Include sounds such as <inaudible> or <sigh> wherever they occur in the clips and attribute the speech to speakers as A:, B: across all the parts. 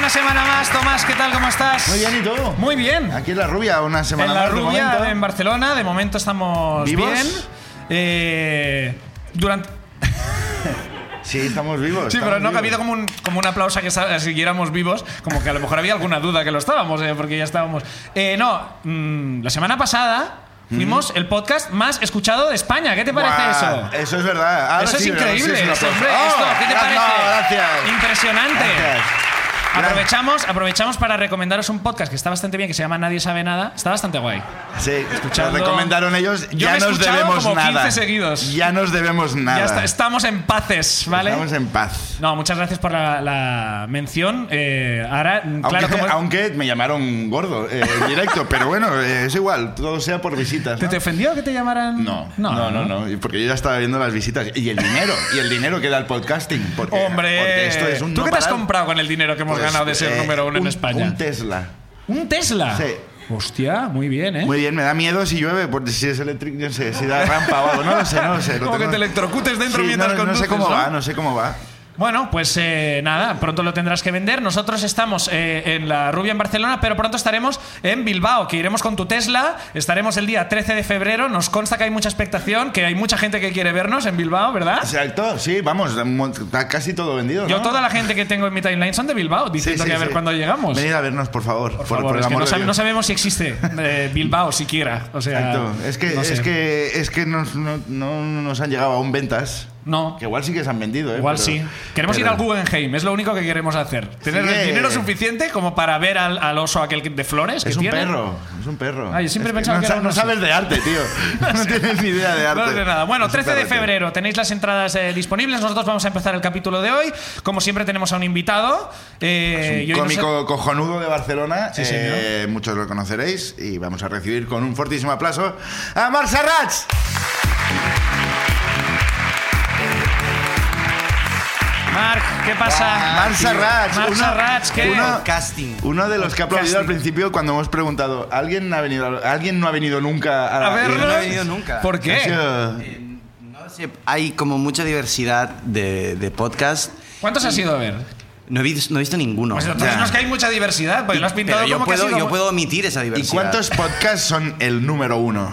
A: Una semana más, Tomás, ¿qué tal? ¿Cómo estás?
B: Muy bien, ¿y todo?
A: Muy bien.
B: Aquí en La Rubia, una semana
A: en La
B: más de
A: Rubia,
B: momento.
A: en Barcelona, de momento estamos
B: ¿Vivos?
A: bien. Eh, durante.
B: Sí, estamos vivos.
A: Sí, pero
B: estamos
A: no que ha
B: vivos.
A: habido como un, como un aplauso a que sa- si éramos vivos, como que a lo mejor había alguna duda que lo estábamos, eh, porque ya estábamos. Eh, no, mm, la semana pasada fuimos el podcast más escuchado de España. ¿Qué te parece
B: Buah,
A: eso?
B: Eso es verdad. Eh, Ahora
A: eso es
B: sí, ahora sí
A: increíble,
B: un
A: esto,
B: aplauso.
A: hombre,
B: ¡Oh!
A: esto, ¿qué te
B: Gra-
A: parece?
B: no, gracias.
A: Impresionante.
B: Gracias. Gra-
A: Aprovechamos, aprovechamos para recomendaros un podcast que está bastante bien, que se llama Nadie sabe nada. Está bastante guay.
B: Sí,
A: Escuchando-
B: lo recomendaron ellos.
A: Yo me
B: ya
A: he
B: nos
A: escuchado
B: debemos
A: como 15
B: nada.
A: seguidos.
B: Ya nos debemos nada.
A: Ya está, estamos en paces, ¿vale?
B: Estamos en paz.
A: No, muchas gracias por la, la mención. Eh, ahora, mm,
B: Aunque,
A: claro, como
B: aunque me llamaron gordo eh, en directo, pero bueno, eh, es igual, todo sea por visitas.
A: ¿Te,
B: ¿no?
A: te ofendió que te llamaran?
B: No, no, no, no, y porque yo ya estaba viendo las visitas y el dinero, y el dinero que da el podcasting, porque,
A: Hombre,
B: porque esto es un
A: ¿tú
B: no
A: qué te has
B: parar.
A: comprado con el dinero que hemos
B: Pues,
A: ganado de ser
B: eh,
A: número uno en
B: un-
A: España?
B: Un Tesla.
A: ¿Un Tesla?
B: Sí.
A: Hostia, muy bien, ¿eh?
B: Muy bien, me da miedo si llueve, porque si es eléctrico, no sé, si da rampa o algo, no lo sé, no lo sé. lo
A: Como que
B: tengo-
A: te electrocutes dentro
B: Sí,
A: mientras
B: no, no
A: conduces,
B: sé cómo
A: ¿no?
B: va, no sé cómo va.
A: Bueno, pues eh, nada, pronto lo tendrás que vender. Nosotros estamos eh, en La Rubia, en Barcelona, pero pronto estaremos en Bilbao, que iremos con tu Tesla. Estaremos el día 13 de febrero. Nos consta que hay mucha expectación, que hay mucha gente que quiere vernos en Bilbao, ¿verdad?
B: Exacto, sí, vamos, mon- está casi todo vendido.
A: Yo,
B: ¿no?
A: toda la gente que tengo en mi timeline son de Bilbao,
B: Sí,
A: diciendo
B: sí,
A: que a
B: sí.
A: ver cuándo llegamos.
B: Venid a vernos, por favor. Por,
A: Por favor,
B: por el
A: es que
B: amor
A: no,
B: de
A: sabe-
B: Dios.
A: no sabemos si existe eh, Bilbao siquiera. O sea,
B: Exacto, es que,
A: no sé.
B: es que, es que nos- no, no nos han llegado aún ventas.
A: No.
B: Que igual sí que se han vendido, ¿eh?
A: Igual
B: Pero-
A: sí. Queremos
B: pero-
A: ir al Guggenheim, es lo único que queremos hacer. Tener
B: Sí que-
A: dinero suficiente como para ver al, al oso aquel de flores que
B: Es un
A: tiene.
B: perro, es un perro.
A: Ah, yo siempre
B: Es
A: pensaba
B: no
A: que era
B: sa-
A: un
B: No
A: oso.
B: sabes de arte, tío. No
A: <laughs>
B: tienes ni idea de arte.
A: No es de nada. Bueno,
B: Es un
A: 13 de
B: perro, tío.
A: febrero tenéis las entradas eh, disponibles. Nosotros vamos a empezar el capítulo de hoy. Como siempre, tenemos a un invitado. eh, y hoy nos-
B: Cómico cojonudo de Barcelona,
A: Sí,
B: eh, muchos lo conoceréis y vamos a recibir con un fortísimo aplauso a Marc Serrats.
A: Marc, ¿qué
C: Ah,
A: pasa?
B: Marc Serrats,
A: Marc
B: uno-
A: Serrats, ¿qué?
B: uno-
C: Casting.
B: Uno de los que ha aplaudido al
A: Casting.
B: principio cuando hemos preguntado, ¿alguien, ha venido, ¿alguien no ha venido nunca a, la-
A: A ver,
C: no he venido nunca.
A: ¿Por
B: Ha
A: qué?
B: sido-
C: Eh, no sé, hay como mucha diversidad de, de podcast.
A: ¿Cuántos has ido a ver?
C: No he, vis- no he visto ninguno.
A: Pues entonces
B: ya.
A: no es que hay mucha diversidad, pues lo has pintado
C: Pero yo
A: como que ha
C: puedo,
A: sido
C: yo
A: mu-
C: puedo omitir esa
B: ¿Y
C: diversidad.
B: cuántos podcasts son el número uno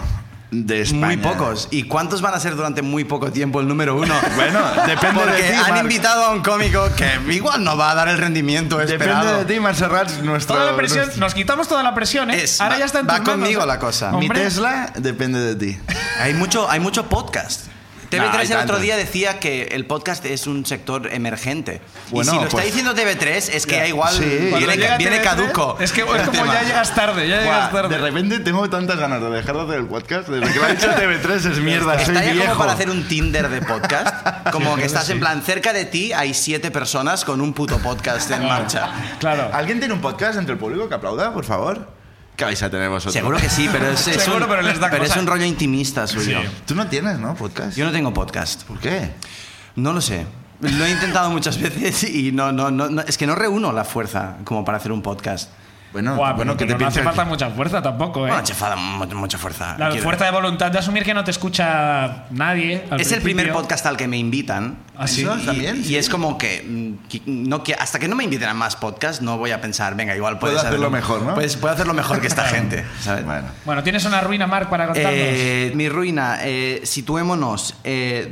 B: de España?
C: Muy pocos. ¿Y cuántos van a ser durante muy poco tiempo el número <laughs> uno?
B: Bueno, depende
C: Porque
B: de ti.
C: han
B: Marc.
C: invitado a un cómico que igual no va a dar el rendimiento esperado.
B: Depende de ti, Marc Serrats, nuestro.
A: Toda la presión,
B: nuestro-
A: nos quitamos toda la presión, ¿eh?
C: Es-
A: Ahora
C: va-
A: ya está en
C: va
A: tus manos,
C: conmigo
A: ¿eh?
C: la cosa. Mi
B: Mi
A: Hombre,
B: Tesla depende de ti.
C: Hay mucho, hay mucho podcast.
B: No, hay
C: TV3 el
B: tantos.
C: otro día decía que el podcast es un sector emergente.
B: Bueno,
C: y si lo está
B: pues-
C: diciendo TV3 es que igual
B: Sí.
A: cuando
C: viene,
A: llega
C: viene
A: TV3,
C: caduco.
A: Es que es
C: el
A: como
C: tema.
A: ya llegas tarde, ya llegas
B: Buah,
A: tarde.
B: de repente tengo tantas ganas de dejar de hacer el podcast. Desde que lo ha
A: <laughs>
B: dicho TV3 es mierda, soy
C: Está ya
B: viejo.
C: como para hacer un Tinder
A: <laughs>
C: de podcast. Como que estás en plan, cerca de ti hay siete personas con un puto podcast
A: Ah.
C: en marcha.
A: Claro.
B: ¿Alguien tiene un podcast entre el público que aplauda, por favor? ¿Qué vais a tener vosotros?
C: Seguro que sí, pero es, es
A: Seguro,
C: un,
A: pero les da
C: es
A: cosa.
C: un rollo intimista suyo.
A: Sí.
B: Tú no tienes, ¿no? Podcast.
C: Yo no tengo podcast.
B: ¿Por qué?
C: No lo sé. Lo he intentado muchas <laughs> veces y no, no, no, no- es que no reúno la fuerza como para hacer un podcast.
B: Bueno,
A: Buah,
B: bueno
A: pero
B: que
A: no
B: te
A: hace
B: piensas.
A: falta mucha fuerza tampoco, ¿eh?
C: Bueno, chefada, mu- mucha fuerza.
A: la
C: Quiero-
A: fuerza de voluntad de asumir que no te escucha nadie. al
C: Es el primer
A: principio.
C: podcast al que me invitan.
A: Ah, sí.
B: Eso
C: Y,
B: también,
C: y
B: sí.
C: es como que, mm, que- no, que hasta que no me inviten a más podcasts, no voy a pensar, venga, igual puedes
B: Puedo hacerlo mejor, ¿no?
C: Puedes, puedo hacerlo
A: <laughs>
C: mejor que esta gente. ¿sabes?
B: Bueno.
A: Bueno, tienes una ruina, Marc, para contarnos.
C: Eh, mi ruina, eh, situémonos, eh,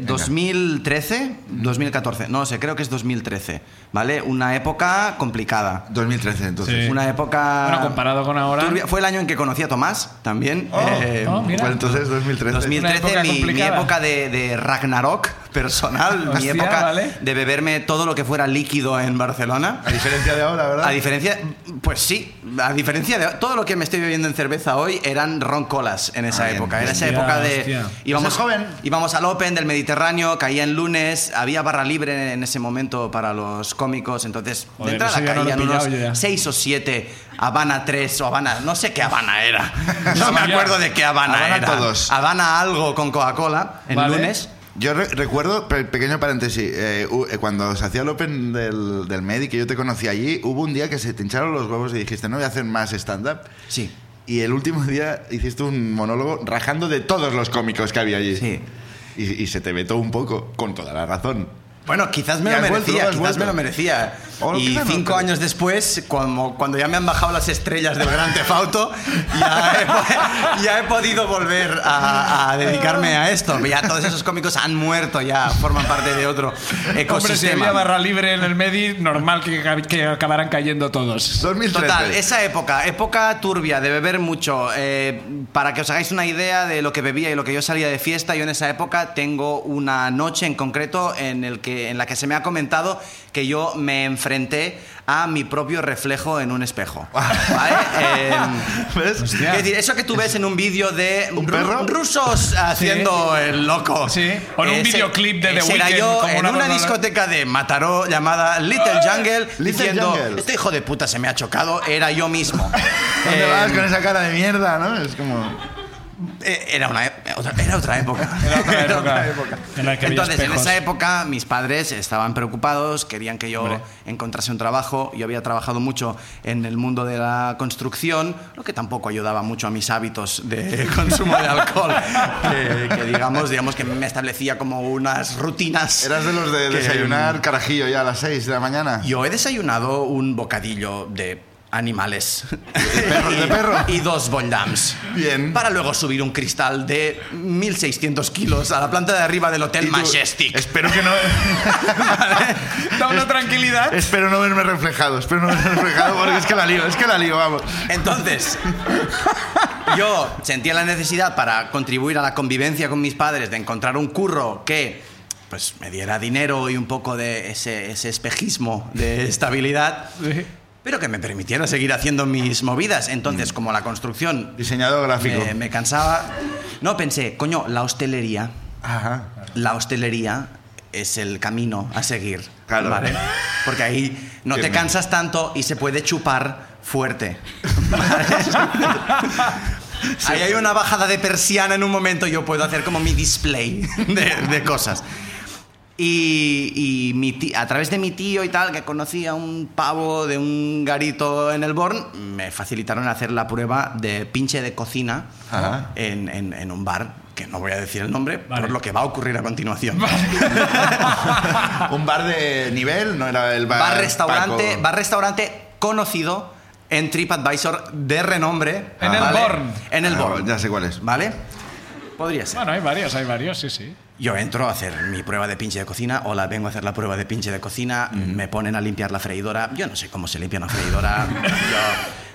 C: 2013, 2014, no lo sé, creo que es 2013, ¿vale? Una época complicada.
B: 2013, entonces.
A: Sí.
C: Una época...
A: Bueno, comparado con ahora.
C: turbia. Fue el año en que conocí a Tomás también.
B: Oh,
C: Eh,
A: oh, mira.
B: Pues entonces 2013.
C: 2013,
A: Una época
C: mi- mi,
A: complicada.
C: época de, de Ragnarok personal, mi
A: Hostia,
C: época
A: vale.
C: de beberme todo lo que fuera líquido en Barcelona.
B: A diferencia de ahora, ¿verdad?
A: Ah.
C: A diferencia, pues sí, a diferencia de todo lo que me estoy bebiendo en cerveza hoy eran roncolas en esa
B: Ay,
C: época. Era esa
A: hostia,
C: época de
A: hostia. Pues
C: íbamos
B: Ese joven.
C: íbamos al Open del Mediterráneo, caía en lunes, había barra libre en ese momento para los cómicos, entonces
A: Joder,
C: de entrada
A: eso ya no lo he
C: caían unos
A: pillado yo ya.
C: seis o siete Habana 3 o Habana, no sé qué Habana era.
A: <laughs>
C: No me
A: Sí, ya.
C: acuerdo de qué Habana,
B: Habana
C: era.
B: todos.
C: Habana algo con Coca-Cola en
A: Vale.
C: lunes.
B: Yo re- recuerdo, pe- pequeño paréntesis, eh, hu- eh, cuando se hacía el Open del, del Medi, que yo te conocí allí, hubo un día que se te hincharon los huevos y dijiste, no voy a hacer más stand-up.
C: Sí.
B: Y el último <laughs> día hiciste un monólogo rajando de todos los cómicos que había allí.
C: Sí.
B: Y, y se te vetó un poco, con toda la razón.
C: Bueno, quizás me
B: Ya
C: lo
B: has
C: merecía,
B: vuelto, has
C: quizás
B: vuelto.
C: me lo merecía.
B: O
C: y
B: quizá no,
C: cinco
B: pero-
C: años después, cuando, cuando ya me han bajado las estrellas del Gran Tefauto, ya he, po- <laughs> ya he podido volver a, a dedicarme a esto. Ya todos esos cómicos han muerto, ya forman parte de otro
A: Hombre, si
C: ecosistema.
A: había barra libre en el Medi, normal que, que acabaran
B: <laughs>
A: cayendo todos.
B: 2013.
C: Total, esa época, época turbia de beber mucho. Eh, para que os hagáis una idea de lo que bebía y lo que yo salía de fiesta, yo en esa época tengo una noche en concreto en, el que, en la que se me ha comentado que yo me enfrenté a mi propio reflejo en un espejo. ¿Vale? Eh,
B: ¿Ves?
A: Hostia.
C: quiero decir, eso que tú ves en un vídeo de
B: ¿Un
C: ru-
B: perro?
C: rusos haciendo el loco.
A: Sí. O en un
C: Eh, se-
A: videoclip de
C: eh,
A: The
C: se
A: Weeknd,
C: cayó
A: como
C: en
A: una Ah.
C: una,
A: bla, bla, bla.
C: discoteca de Mataró llamada Little Jungle
B: Little
C: diciendo,
B: Jungle.
C: este hijo de puta se me ha chocado, era
A: <laughs>
C: yo mismo.
B: ¿Dónde
C: Eh,
B: vas con esa cara de mierda, no? Es como...
C: eh, Era, una, e- otra, era otra época.
A: Era otra
C: <laughs> Era
A: época
C: otra
A: en la que había
C: Entonces, en
A: espejos.
C: esa época, mis padres estaban preocupados, querían que yo encontrase un trabajo. Yo había trabajado mucho en el mundo de la construcción, lo que tampoco ayudaba mucho a mis hábitos de <laughs> consumo de alcohol. que, que digamos, digamos que me establecía como unas rutinas.
B: Eras de los de
C: que-
B: desayunar carajillo ya a las 6 de la mañana.
C: Yo he desayunado un bocadillo de animales.
B: perro, de
C: <laughs> Y-
B: perro.
C: Y dos boldams.
B: Bien.
C: Para luego subir un cristal de 1600 kilos a la planta de arriba del Hotel
B: Y tú-
C: Majestic.
B: Espero que no...
A: Da una tranquilidad.
B: espero no verme reflejado, espero no verme reflejado porque es que la lío, es que la lío, vamos.
C: Entonces, yo sentía la necesidad para contribuir a la convivencia con mis padres de encontrar un curro que pues me diera dinero y un poco de ese, ese espejismo de estabilidad, pero que me permitiera seguir haciendo mis movidas. Entonces, como la construcción
B: Diseñador gráfico.
C: me, me cansaba, no pensé, coño, la hostelería,
B: Ajá.
C: la hostelería es el camino a seguir.
B: Claro.
C: Porque ahí no te
B: Tiene.
C: cansas tanto y se puede chupar
B: <laughs>
C: fuerte. Ahí hay una bajada de persiana en un momento, yo puedo hacer como mi display de, de cosas. Y, y mi ti- a través de mi tío y tal, que conocía un pavo de un garito en el Born, me facilitaron hacer la prueba de pinche de cocina
B: Ajá.
C: en, en- en un bar, que no voy a decir el nombre,
A: Vale.
C: por lo que va a ocurrir a continuación.
B: Un bar de nivel, no era el bar.
C: Bar restaurante,
B: Paco.
C: bar restaurante conocido en TripAdvisor de renombre.
A: En el Born.
C: En el
B: Ah,
C: Born.
B: Ya sé cuál es.
C: ¿Vale? Podría ser.
A: Bueno, hay varios, hay varios, sí, sí.
C: Yo entro a hacer mi prueba de pinche de cocina. Hola, vengo a hacer la prueba de pinche de cocina. Me ponen a limpiar la freidora. Yo no sé cómo se limpia
A: <laughs>
C: una freidora. Yo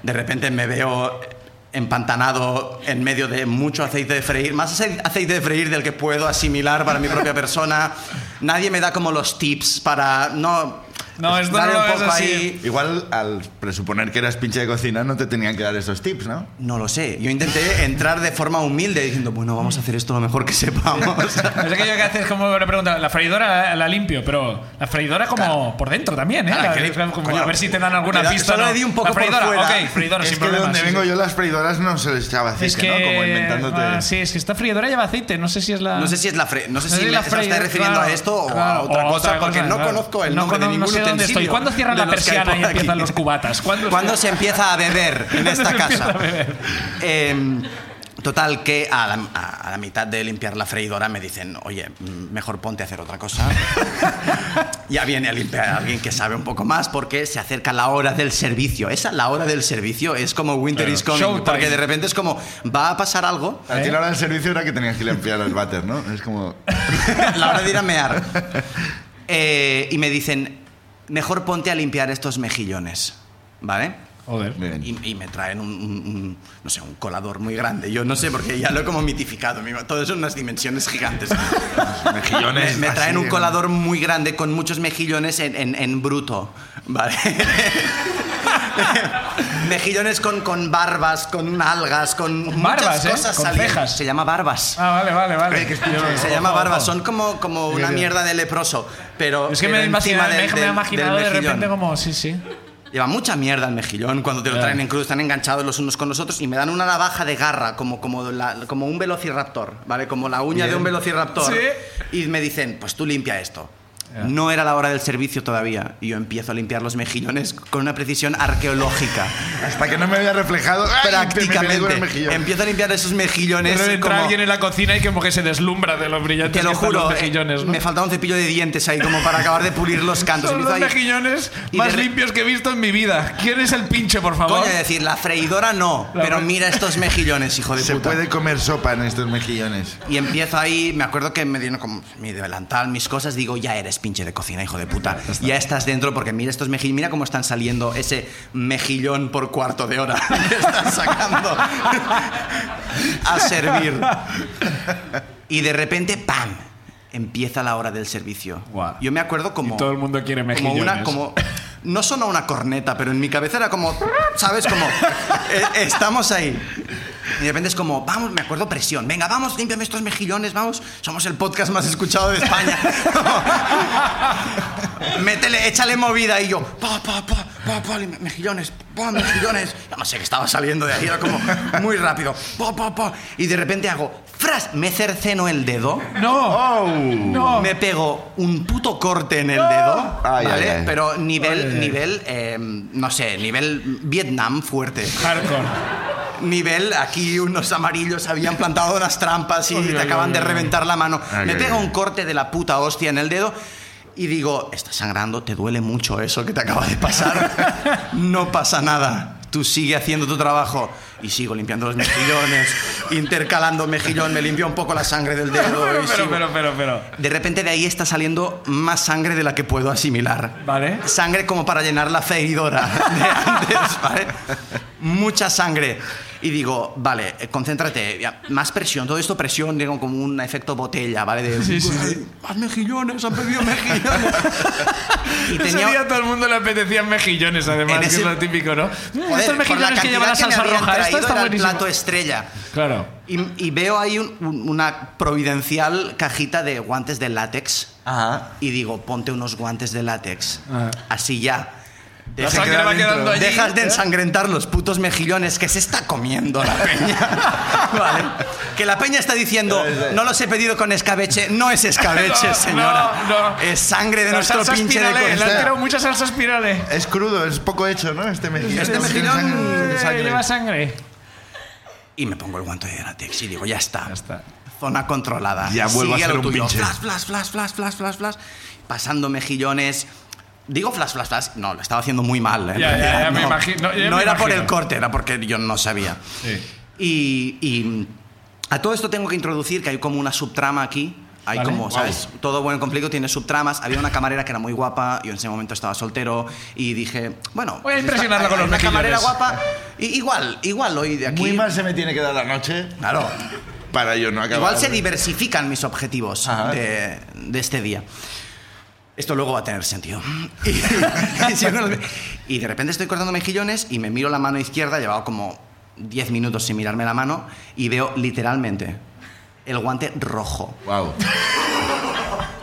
C: de repente me veo empantanado en medio de mucho aceite de freír. Más ace- aceite de freír del que puedo asimilar para mi propia persona. Nadie me da como los tips para... No,
A: No, esto
C: darle
A: no
C: un
A: lo
C: poco
A: ves así.
C: ahí.
B: Igual al presuponer que eras pinche de cocina no te tenían que dar esos tips, ¿no?
C: No lo sé. Yo intenté entrar de forma humilde diciendo, bueno, vamos a hacer esto lo mejor
A: <laughs>
C: que sepamos.
A: Es aquello que haces como una pregunta. La freidora la, la limpio, pero la freidora como por dentro también, ¿eh?
C: Claro,
A: La-
C: que-
A: como
C: coño,
A: a ver si te dan alguna
C: le da-
A: pista.
C: solo
A: ¿no?
C: le di un poco
A: la
C: por
A: freidora,
C: fuera.
A: ok, freidora
B: es
A: sin
B: que de
A: problema.
B: donde
A: sí,
B: vengo
A: sí.
B: yo las freidoras no se les echaba aceite,
A: Es que.
B: ¿no? Como inventándote.
A: ah, sí, es que esta freidora lleva aceite, no sé si es la.
C: No sé si es la fre- no
A: No
C: sé si
A: sé si
C: me
A: la
C: se
A: Freire,
C: está refiriendo
A: claro,
C: a esto o a
A: claro,
C: otra
A: o
C: cosa, porque no
A: claro.
C: conozco el nombre de
A: cono-
C: ningún
A: no sé dónde
C: utensilio
A: estoy. ¿Cuándo cierran
C: de
A: la
C: los que hay
A: persiana
C: por
A: y
C: aquí?
A: empiezan los cubatas? ¿Cuándo,
C: ¿Cuándo se empieza a beber en esta
A: ¿Cuándo se empieza
C: casa?
A: a beber?
C: Eh, total, que a la, a- a la mitad de limpiar la freidora me dicen, oye, mm, mejor ponte a hacer otra cosa.
A: <laughs>
C: ya viene a limpiar alguien que sabe un poco más porque se acerca la hora del servicio. Esa la hora del servicio es como Winter
A: Claro.
C: is Coming,
A: Showtime.
C: porque de repente es como, va a pasar algo.
A: ¿eh?
B: A ti la hora del servicio era que tenías que limpiar el váter, ¿no? Es como...
C: <laughs> la hora de ir a mear. Eh, y me dicen, mejor ponte a limpiar estos mejillones, ¿vale?
A: Joder.
B: Bien.
C: Y, y me traen un, un- un- no sé, un colador muy grande. Yo no sé, porque ya lo he como mitificado. mi- Todo eso en unas
A: <laughs>
C: dimensiones gigantes.
B: Mejillones.
C: Me, me traen
B: así,
C: un colador muy grande con muchos mejillones en, en- en bruto, ¿vale? <laughs> mejillones con, con barbas, con algas, con
A: Barbas,
C: muchas
A: ¿eh?
C: cosas
A: Con
C: saliendo.
A: cejas.
C: Se llama barbas.
A: Ah, vale, vale, vale.
C: <laughs> Se llama barba, son como, como una
B: Mira.
C: mierda de leproso, pero
A: Es que me
C: pero
A: he imaginado,
C: encima
A: me he-
C: del-
A: me he
C: del-
A: imaginado
C: del
A: de repente
C: mejillón.
A: como. Sí, sí.
C: Lleva mucha mierda el mejillón cuando te lo
A: Claro.
C: traen en cruz, están enganchados los unos con los otros y me dan una navaja de garra, como, como, la- como un velociraptor, ¿vale? Como la uña de un velociraptor.
A: Sí.
C: Y me dicen, pues tú limpia esto. No era la hora del servicio todavía y yo empiezo a limpiar los mejillones con una precisión
A: <laughs>
C: arqueológica.
B: Hasta que no me había reflejado. ¡ay! Me metí con el
C: Prácticamente.
B: mejillón.
C: Empiezo a limpiar esos mejillones.
A: Pero entra
C: como-
A: alguien en la cocina y como que se deslumbra de los brillantes
C: Te lo
A: que están
C: juro,
A: los
C: eh,
A: mejillones, ¿no?
C: me faltaba un cepillo de dientes ahí como para acabar de pulir los
A: <laughs>
C: cantos.
A: Son
C: Empiezo
A: los
C: ahí-
A: mejillones
C: y
A: más
C: de re-
A: limpios que he visto en mi vida. ¿Quién es el pinche, por favor?
C: Coño, es decir, la freidora no,
A: La
C: pero
A: fre-
C: mira estos mejillones, hijo de
B: Se
C: puta.
B: puede comer sopa en estos mejillones.
C: Y empiezo ahí, me acuerdo que me dieron como mi delantal, mis cosas, digo, ya eres pinche de cocina, hijo de puta. Ya estás dentro porque mira estos mejillones, mira cómo están saliendo ese mejillón por cuarto de hora <laughs> que están sacando <laughs> a servir. Y de repente, ¡pam! Empieza la hora del servicio.
A: Guau.
C: Yo me acuerdo como...
A: Y todo el mundo quiere
C: Como una,
A: mejillones.
C: como... No sonó una corneta, pero en mi cabeza era como, ¿sabes? Como, eh, estamos ahí. Y de repente es como, vamos, me acuerdo presión. Venga, vamos, límpiame estos mejillones, vamos. Somos el podcast más escuchado de España. <laughs> Métele, échale movida. Y yo, pa, pa, pa, pa, pa, lim- mejillones, pa, mejillones. Yo no sé qué estaba saliendo de ahí, era como muy rápido. Pa, pa, pa. Y de repente hago, fras, me cerceno el dedo.
A: No,
C: Oh.
A: no.
C: Me pego un puto corte en el dedo,
B: Ay,
C: ¿vale?
B: ay, ay.
C: Pero nivel,
A: Ay, ay.
C: nivel, eh, no sé, nivel Vietnam fuerte.
A: Hardcore.
C: Nivel, aquí unos amarillos habían plantado unas trampas y
A: Ay,
C: te
A: ay,
C: acaban
A: ay,
C: de
A: ay.
C: reventar la mano.
B: Ay,
C: Me
B: ay,
C: pego
B: ay.
C: un corte de la puta hostia en el dedo y digo, estás sangrando, te duele mucho eso que te acaba de pasar. no pasa nada. Tú sigue haciendo tu trabajo y sigo limpiando los mejillones, intercalando mejillón, me limpio un poco la sangre del dedo. y
A: <laughs> Pero, pero,
C: sigo.
A: pero, pero, pero.
C: De repente de ahí está saliendo más sangre de la que puedo asimilar.
A: Vale.
C: Sangre como para llenar la feridora de <laughs> antes, ¿vale? Mucha sangre. Y digo, vale, eh, concéntrate, ya, más presión, todo esto presión, digo, como un efecto botella, ¿vale? De,
A: Sí,
C: <laughs>
A: sí, sí.
C: Más mejillones, han pedido mejillones. y
A: Ese día a
C: tenía...
A: todo el mundo le apetecían mejillones, además,
C: En
A: que
C: ese-
A: es lo típico, ¿no? Mm,
C: Joder,
A: Estos
C: por
A: mejillones que
C: cantidad
A: llevan la
C: me
A: salsa
C: habían
A: roja, esto
C: traído,
A: está
C: era el
A: buenísimo.
C: plato estrella.
A: Claro.
C: Y, y veo ahí un- un- una providencial cajita de guantes de látex. Y digo, ponte unos guantes de látex.
A: Ajá.
C: Así ya.
A: La
C: Deja-
A: sangre
B: queda
A: va
B: dentro.
A: quedando allí. ¿eh?
C: Dejas de ensangrentar los putos mejillones que se está comiendo la peña.
A: <laughs>
C: Vale. Que la peña está diciendo, no los he pedido con escabeche. No es
A: <laughs>
C: escabeche,
A: No,
C: señora.
A: no, no.
C: Es sangre de
A: La
C: nuestro
A: salsa
C: pinche de
A: espirale,
C: co-
A: le han
B: costado.
A: tirado muchas salsas espirales.
B: Es crudo, es poco hecho, ¿no? Este mejillón.
C: Este
B: No tiene
C: mejillón-
B: sangre- sangre.
A: Lleva sangre.
C: Y me pongo el guante de látex y digo, ya está.
A: Ya está.
C: Zona controlada.
B: Ya vuelvo a
C: Sigue
B: ser
C: lo
B: un
C: tuyo.
B: pinche.
C: Flash, flash, flash, flash, flash, flash, flash. Pasando mejillones. Digo flash, flash, flash. No, lo estaba haciendo muy mal. ¿eh?
A: Ya, ya, ya me
C: No.
A: imagino, ya
C: no
A: me
C: era por
A: imagino.
C: el corte, era porque yo no sabía.
A: Sí.
C: Y, y a todo esto tengo que introducir que hay como una subtrama aquí. Hay
A: Vale.
C: como, ¿sabes? Todo buen conflicto tiene subtramas. Había una camarera que era muy guapa. Yo en ese momento estaba soltero y dije, bueno.
A: Voy a
C: pues
A: impresionarla
C: está-
A: con los
C: hay Una camarera
A: mejillones.
C: guapa. Y, igual, igual hoy de aquí.
B: Muy mal se me tiene que dar la noche
C: Claro.
B: para yo no acabar.
C: Igual se diversifican mis objetivos de, de este día. Esto luego va a tener sentido. <laughs> Y, y si uno lo ve- y de repente estoy cortando mejillones y me miro la mano izquierda, llevaba como 10 minutos sin mirarme la mano, y veo literalmente el guante rojo.
B: Wow.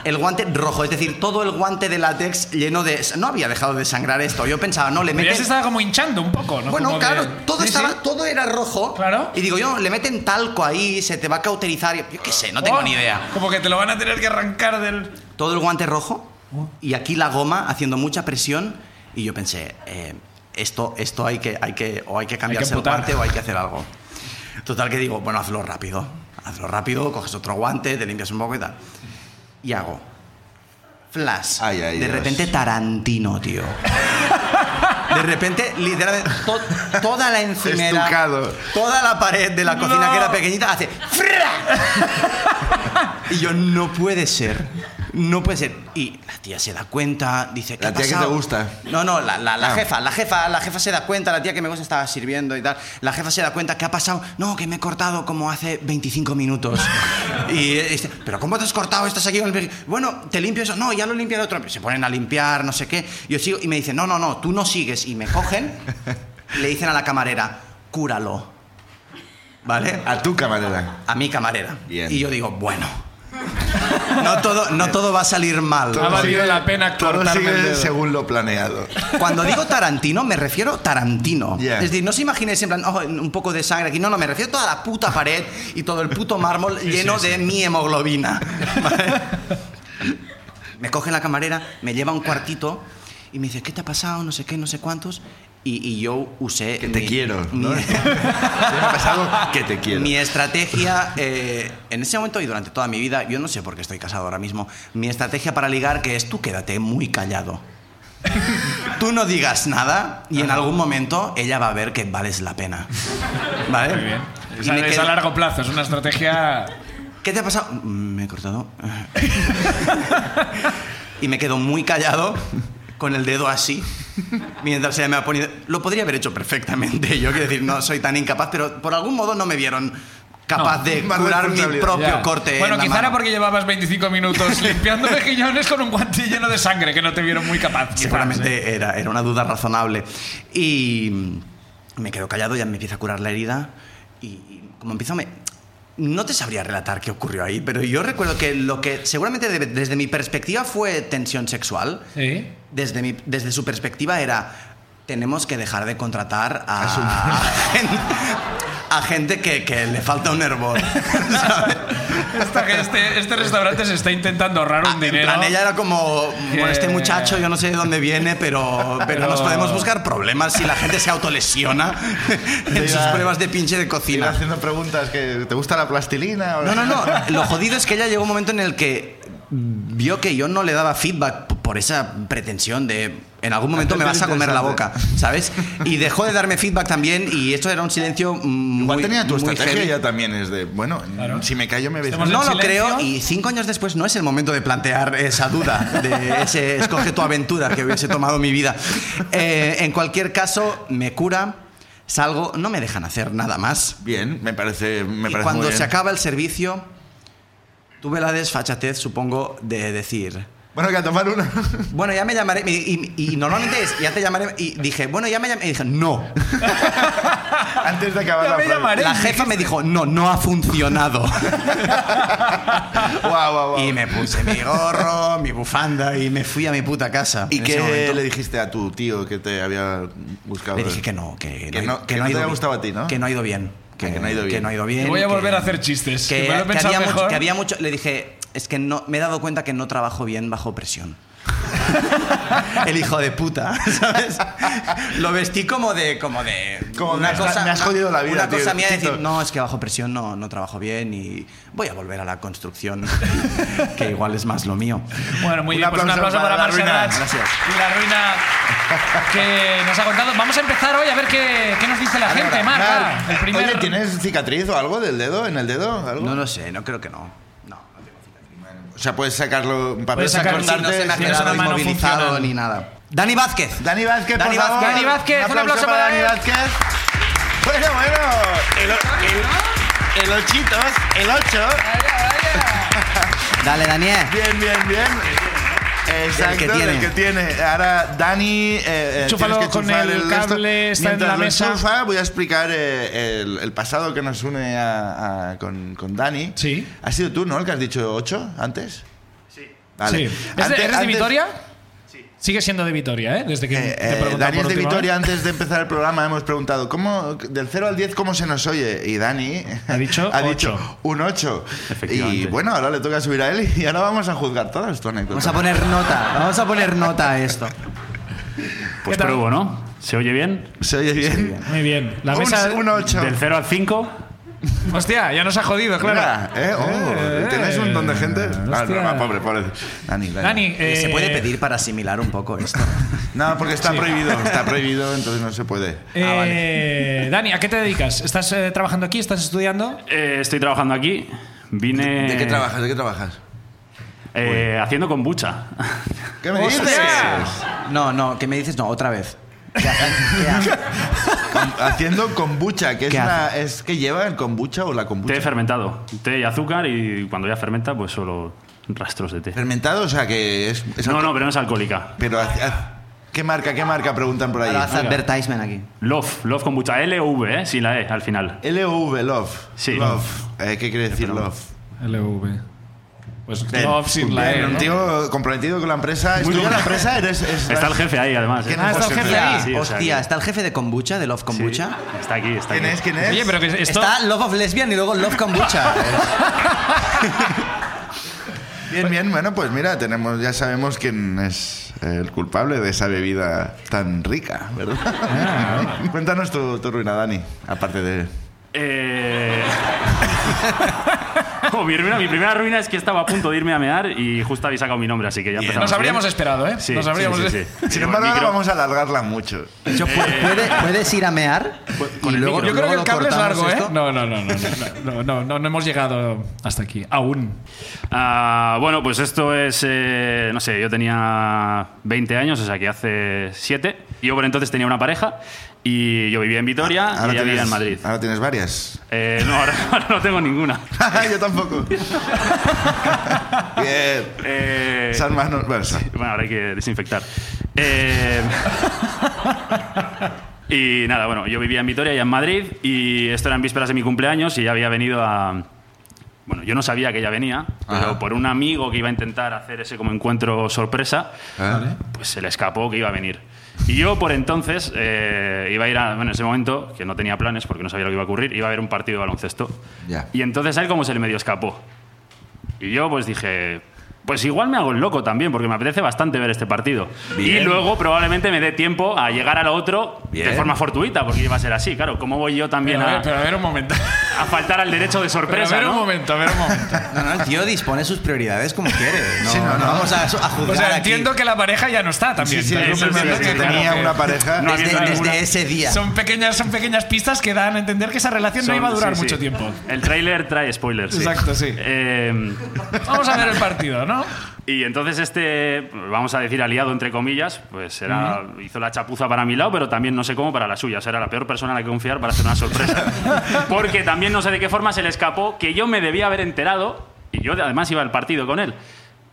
C: El guante rojo, es decir, todo el guante de látex lleno de... No había dejado de sangrar esto. Yo pensaba, no, le
A: Pero ya se
C: meten...
A: estaba como hinchando un poco, ¿no?
C: Bueno,
A: Como
C: claro,
A: que-
C: todo,
A: Sí,
C: estaba,
A: sí.
C: todo era rojo.
A: Claro.
C: Y digo, yo, le meten talco ahí, se te va a cauterizar. Yo qué sé, no tengo
A: Oh,
C: ni idea.
A: Como que te lo van a tener que arrancar del.
C: todo el guante rojo y aquí la goma haciendo mucha presión y yo pensé eh, esto esto hay que hay que o hay que cambiarse el
A: amputar.
C: guante o hay que hacer algo total que digo bueno hazlo rápido hazlo rápido coges otro guante te limpias un poco y tal y hago flash
B: Ay, ay,
C: de
B: Dios.
C: repente Tarantino tío de repente literalmente to- toda la encimera
B: Estucado.
C: toda la pared de la cocina
A: No.
C: que era pequeñita hace ¡fra! Y yo, no puede ser. No puede ser. Y la tía se da cuenta, dice, ¿qué
B: La
C: ha
B: tía que
C: pasado?".
B: te gusta.
C: No, no, la, la- la
B: Ah.
C: jefa, la jefa, la jefa se da cuenta, la tía que me gusta estaba sirviendo y tal. La jefa se da cuenta, ¿qué ha pasado? No, que me he cortado como hace
B: <laughs>
C: 25 minutos. y, eh, dice, ¿pero cómo te has cortado? Estás aquí con el... pe-". Bueno, te limpio eso. No, ya lo limpia el otro. Se ponen a limpiar, no sé qué. Yo sigo y me dicen, no, no, no, tú no sigues. Y
B: <laughs>
C: me cogen, le dicen a la camarera, cúralo. ¿Vale?
B: A tu camarera.
C: a mi camarera.
B: Bien.
C: Y yo digo, bueno, no todo, no todo va a salir mal.
A: Ha valido la pena
B: Todo
A: cortarme el
B: sigue
A: dedo.
B: según lo planeado.
C: Cuando digo Tarantino, me refiero a Tarantino.
B: Yeah.
C: Es decir, no os imaginéis en plan, "Oh, un poco de sangre aquí. No, no, me refiero a toda la puta pared
B: <laughs>
C: y todo el puto mármol lleno de mi hemoglobina. ¿Vale? Me coge la camarera, me lleva a un cuartito y me dice, ¿qué te ha pasado? No sé qué, no sé cuántos. Y, y yo usé...
B: Que te
C: mi-
B: quiero,
C: mi-
B: ¿no? <laughs> Se me ha pasado que te quiero.
C: Mi estrategia, eh, en ese momento y durante toda mi vida, yo no sé por qué estoy casado ahora mismo, mi estrategia para ligar que es tú quédate
A: <laughs>
C: muy callado. Tú no digas nada y en algún momento ella va a ver que vales
A: <laughs>
C: la pena. ¿Vale?
A: Muy bien.
C: Y
A: Es,
C: me
A: a- es
C: quedo-
A: a largo plazo, es una estrategia.
C: ¿Qué te ha pasado? Mm, Me he cortado. y me quedo muy callado, con el dedo así, mientras ella me ha ponido... Lo podría haber hecho perfectamente. Yo quiero decir, no soy tan incapaz, pero por algún modo no me vieron capaz
A: No,
C: de
B: más
C: curar mi
B: responsabilidad.
C: propio
A: Ya.
C: corte.
A: Bueno,
C: en la
A: quizá era
C: mano.
A: porque llevabas 25
C: <laughs>
A: minutos limpiando mejillones con un guante lleno de sangre que no te vieron muy capaz. quizás, ¿eh?
C: Seguramente era, era una duda razonable. Y mm, me quedo callado, ya me empieza a curar la herida. Y, y como empiezo, me. No te sabría relatar qué ocurrió ahí, pero yo recuerdo que lo que seguramente de- desde mi perspectiva fue tensión sexual.
A: Sí.
C: Desde, mi- desde su perspectiva era. Tenemos que dejar de contratar a, a gen- <laughs> a gente que, que le falta un hervor. ¿sabes?
A: Hasta que este, este restaurante se está intentando ahorrar un
C: Ah, en
A: dinero.
C: plan, ella era como, bueno, este
A: Que-
C: muchacho yo no sé de dónde viene, pero, pero,
A: Pero-
C: nos podemos buscar problemas si la gente se
B: <laughs>
C: autolesiona en
B: Te
C: sus
B: iba-
C: pruebas de pinche de
B: Te iba
C: cocina.
B: haciendo preguntas que ¿te gusta la plastilina?
C: No, no, no. Lo jodido es que ella llegó un momento en el que vio que yo no le daba feedback p- por esa pretensión de en algún momento me vas a comer la boca, ¿sabes? Y dejó de darme feedback también y esto era un silencio mm,
B: Igual
C: muy-
B: tenía tu
C: muy
B: estrategia
C: heavy.
B: ya también, es de, bueno,
A: Claro.
B: si me callo me veis.
A: Estamos
C: No
A: en
C: lo creo
A: silencio.
C: y cinco años después no es el momento de plantear esa duda, de ese escoge tu aventura que hubiese tomado mi vida. Eh, en cualquier caso, me cura, salgo, no me dejan hacer nada más.
B: Bien, me parece, me
C: y
B: parece
C: cuando
B: muy
C: se
B: bien.
C: acaba el servicio, tuve la desfachatez, supongo, de decir...
B: Bueno, que a tomar una.
C: Bueno, ya me llamaré. Y, y- y normalmente es, ya te llamaré. Y dije, bueno, ya me llamaré. Y dije, no.
B: Antes de acabar
A: Ya
B: la
A: me llamaré.
C: La jefa me dijo, no, no ha funcionado.
B: Guau, guau, guau.
C: Y me puse mi gorro, mi bufanda y me fui a mi puta casa.
B: ¿Y
C: en ese
B: qué
C: momento.
B: le dijiste a tu tío que te había buscado?
C: Le dije que no, que,
B: Que
C: ha-
B: no- que no
C: ha
B: te había
C: ido bien.
B: gustado a ti, ¿no?
C: Que no ha ido bien.
B: Ah, que no ha ido bien.
C: Que no ha ido bien.
A: Voy a
C: que-
A: volver a hacer chistes.
C: Que,
A: que me lo he
C: que
A: pensado
C: había
A: mejor.
C: mucho, que había mucho- Le dije, es que no, me he dado cuenta que no trabajo bien
B: <laughs>
C: bajo presión. El hijo de puta, <laughs> ¿sabes? Lo vestí como de. Como de
B: Como me has- me has
C: una-
B: jodido la vida,
C: Una
B: tío,
C: cosa mía de
B: Tito.
C: decir, no, es que bajo presión no, no trabajo bien y voy a volver a la construcción,
B: <laughs>
C: que igual es más lo mío.
A: Bueno, muy
B: Un
A: bien, pues un
B: aplauso para
A: aplauso para,
B: la
A: Marcia
B: ruina.
A: Gratz
B: Gracias.
A: Y la ruina que nos ha contado. Vamos a empezar hoy a ver qué, qué nos dice la gente, Mar. va,
B: Marc,
A: el primer...
B: Oye, ¿tienes cicatriz o algo del dedo? ¿En el dedo? ¿Algo?
C: No lo sé, no creo que no. No, no tengo
B: O sea, puedes sacarlo un papel
A: Puedes sacar-
B: sacar,
A: Pero si
C: no se me ha
A: tienes una
C: quedado
A: mano
C: inmovilizado
A: funcional.
C: ni nada. Dani Vázquez.
B: Dani Vázquez,
C: Dani
B: por favor.
C: Vázquez. Dani
A: Vázquez, un aplauso para
B: Dani
A: él.
B: Vázquez. Bueno, bueno. El, o- el, el ochitos, el ocho.
C: Dale, Daniel.
B: Bien, bien, bien. Exacto,
C: Del que tiene.
B: del que tiene. Ahora, Dani, eh, eh,
A: Chúfalo
B: tienes que
A: con
B: chufar
A: el cable,
B: esto.
A: está en
B: Mientras
A: la
B: lo
A: mesa.
B: enchufa, voy a explicar eh, el, el pasado que nos une a- a- con, con Dani.
A: Sí.
B: ¿Has sido tú, no, el que has dicho 8 antes? Vale.
A: Sí. ¿Es de-
B: Antes-
A: ¿Eres de
B: antes-
A: Vitoria? Sí. Sigue siendo de Vitoria, ¿eh? Desde que
B: Eh,
A: te
B: eh,
A: preguntamos
B: Dani
A: por
B: es de
A: última
B: Vitoria.
A: vez.
B: Antes de empezar el programa hemos preguntado, ¿cómo, del 0 al 10, ¿cómo se nos oye? Y Dani
A: Ha dicho
B: <laughs> ha dicho
A: ocho.
B: un 8.
C: Efectivamente.
B: Y bueno, ahora le toca subir a él y ahora vamos a juzgar todas tu anécdota.
C: Vamos a poner nota, vamos a poner nota a esto.
A: ¿Qué
D: Pues
A: tal?
D: pruebo, ¿no? ¿Se oye bien?
B: ¿Se oye bien?
A: Muy bien. La
B: Un-
A: mesa...
B: Un 8.
D: Del 0 al 5.
A: Hostia, ya nos ha jodido, claro.
B: eh, oh,
A: Eh,
B: ¿Tenés un montón de gente?
A: eh,
B: Ah,
A: hostia.
B: no, va, pobre, pobre. Dani, Dani.
A: Dani, eh,
C: ¿Se puede pedir para asimilar un poco esto?
B: No, porque está prohibido. Está prohibido, entonces no se puede.
A: eh, Dani, ¿a qué te dedicas? ¿Estás eh, trabajando aquí? ¿Estás estudiando?
D: Eh, estoy trabajando aquí. Vine.
B: ¿De qué trabajas? ¿De qué trabajas?
D: Eh, haciendo kombucha. <laughs>
B: ¿Qué me
A: ¡Hostia!
B: dices?
C: No, no, ¿qué me dices? No, otra vez. ¿Qué hacen? ¿Qué hacen?
B: Haciendo kombucha, que es
C: ¿Qué
B: una. Es que lleva el kombucha o la
D: té
B: kombucha.
D: fermentado. Té y azúcar, y cuando ya fermenta, pues solo rastros de té.
B: Fermentado, o sea que es. es
D: No,
B: alco-
D: no, pero no es alcohólica.
B: Pero haz- haz- ¿qué marca? ¿Qué marca? Preguntan por ahí.
C: Ahora hace advertisement aquí.
D: Love, love kombucha. L o V, ¿eh? Sí, la E al final.
B: LOV, love.
D: Sí.
B: Love. Eh, ¿Qué quiere decir love?
A: LV. Pues
B: Bien.
A: no, sin la E,
B: Bien, Un
A: ¿no?
B: tío comprometido con la empresa. ¿Es
D: Muy
B: tuya la
D: bien.
B: empresa?
D: <laughs>
B: ¿Eres, es-
D: Está el jefe ahí, además. ¿eh?
B: ¿Quién es? Ah, está el jefe
C: Hostia,
B: ahí.
D: Sí, o sea
C: hostia,
D: que-
C: está el jefe de kombucha, de Love
D: Sí,
C: Kombucha.
D: está aquí, está
B: ¿Quién
D: aquí.
B: es? ¿Quién es?
A: Oye, pero que esto...
C: Está Love of Lesbian y luego Love Kombucha.
B: Bien, bien, bueno, pues mira, tenemos, ya sabemos quién es el culpable de esa bebida tan rica, ¿verdad?
D: Ah.
B: <laughs> Cuéntanos tu, tu ruina, Dani, aparte de...
D: Eh... <laughs> Oh, mi, ruina- mi primera ruina es que estaba a punto de irme a mear y justo habéis sacado mi nombre, así que ya empezamos
A: Nos habríamos
D: bien.
A: esperado, ¿eh?
D: Sí,
A: Nos habríamos
D: sí, sí, sí.
B: Sin
D: Con
B: embargo,
D: el
B: ahora
D: micro-
B: vamos a alargarla mucho.
C: De hecho, pu- puede- puedes ir a mear.
D: con
C: y
D: el
C: luego,
D: micro.
A: Yo creo
C: luego
A: que el
C: lo
A: cable es
C: cortamos
A: largo, ¿eh?
C: esto.
A: No, no, no, no, no, no, no, no, no hemos llegado hasta aquí, aún.
D: Ah, bueno, pues esto es, eh, no sé, yo tenía 20 años, o sea que hace 7. Yo por entonces tenía una pareja y yo vivía en Vitoria y ella vivía en Madrid.
B: Ah, Ahora tienes
D: <laughs>
B: varias. <laughs>
D: Eh, no, ahora, ahora no tengo ninguna.
B: Yo tampoco. bien.
D: Eh,
B: San Manu- bueno, San-
D: Bueno, ahora hay que desinfectar. Eh, y nada, bueno, yo vivía en Vitoria y en Madrid y esto eran vísperas de mi cumpleaños y ya había venido a... Bueno, yo no sabía que ella venía, pero por un amigo que iba a intentar hacer ese como encuentro sorpresa, pues se le escapó que iba a venir. Y yo por entonces eh, iba a ir a, bueno, en ese momento, que no tenía planes porque no sabía lo que iba a ocurrir, iba a ver un partido de baloncesto.
B: Ya.
D: Y entonces a él como se le medio escapó. Y yo pues dije, pues igual me hago el loco también, porque me apetece bastante ver este partido. Y luego probablemente me dé tiempo a llegar a lo otro de forma fortuita, porque iba a ser así, claro. ¿Cómo voy yo también
A: Pero a,
D: a,
A: ver, pero a ver un momento.
D: a faltar al derecho de
A: Pero a
D: sorpresa?
A: ver un
D: ¿no?
A: momento, a ver un momento.
C: No, no, el tío dispone sus prioridades como quiere. No,
B: Sí, no,
C: no
B: no.
C: vamos a, a
A: <laughs>
C: juzgar
A: O sea,
C: aquí.
A: entiendo que la pareja ya no está también.
B: Sí, en
A: También
B: un
D: sí, sí,
B: momento
D: sí,
B: que
D: sí,
B: tenía
D: claro.
B: una pareja.
D: No,
C: Desde,
D: habiendo alguna-
C: desde ese día.
A: Son pequeñas, son pequeñas pistas que dan a entender que esa relación no
D: Son-
A: iba a durar
D: sí, sí.
A: mucho tiempo.
D: El tráiler trae spoilers. sí.
A: Exacto, sí.
D: Eh,
A: Vamos a ver el partido, ¿no?
D: y entonces este, vamos a decir aliado entre comillas, pues era, hizo la chapuza para mi lado, pero también no sé cómo para la suya. O sea, era la peor persona en la que confiar para hacer una sorpresa.
A: <laughs>
D: Porque también no sé de qué forma se le escapó que yo me debía haber enterado y yo además iba al partido con él.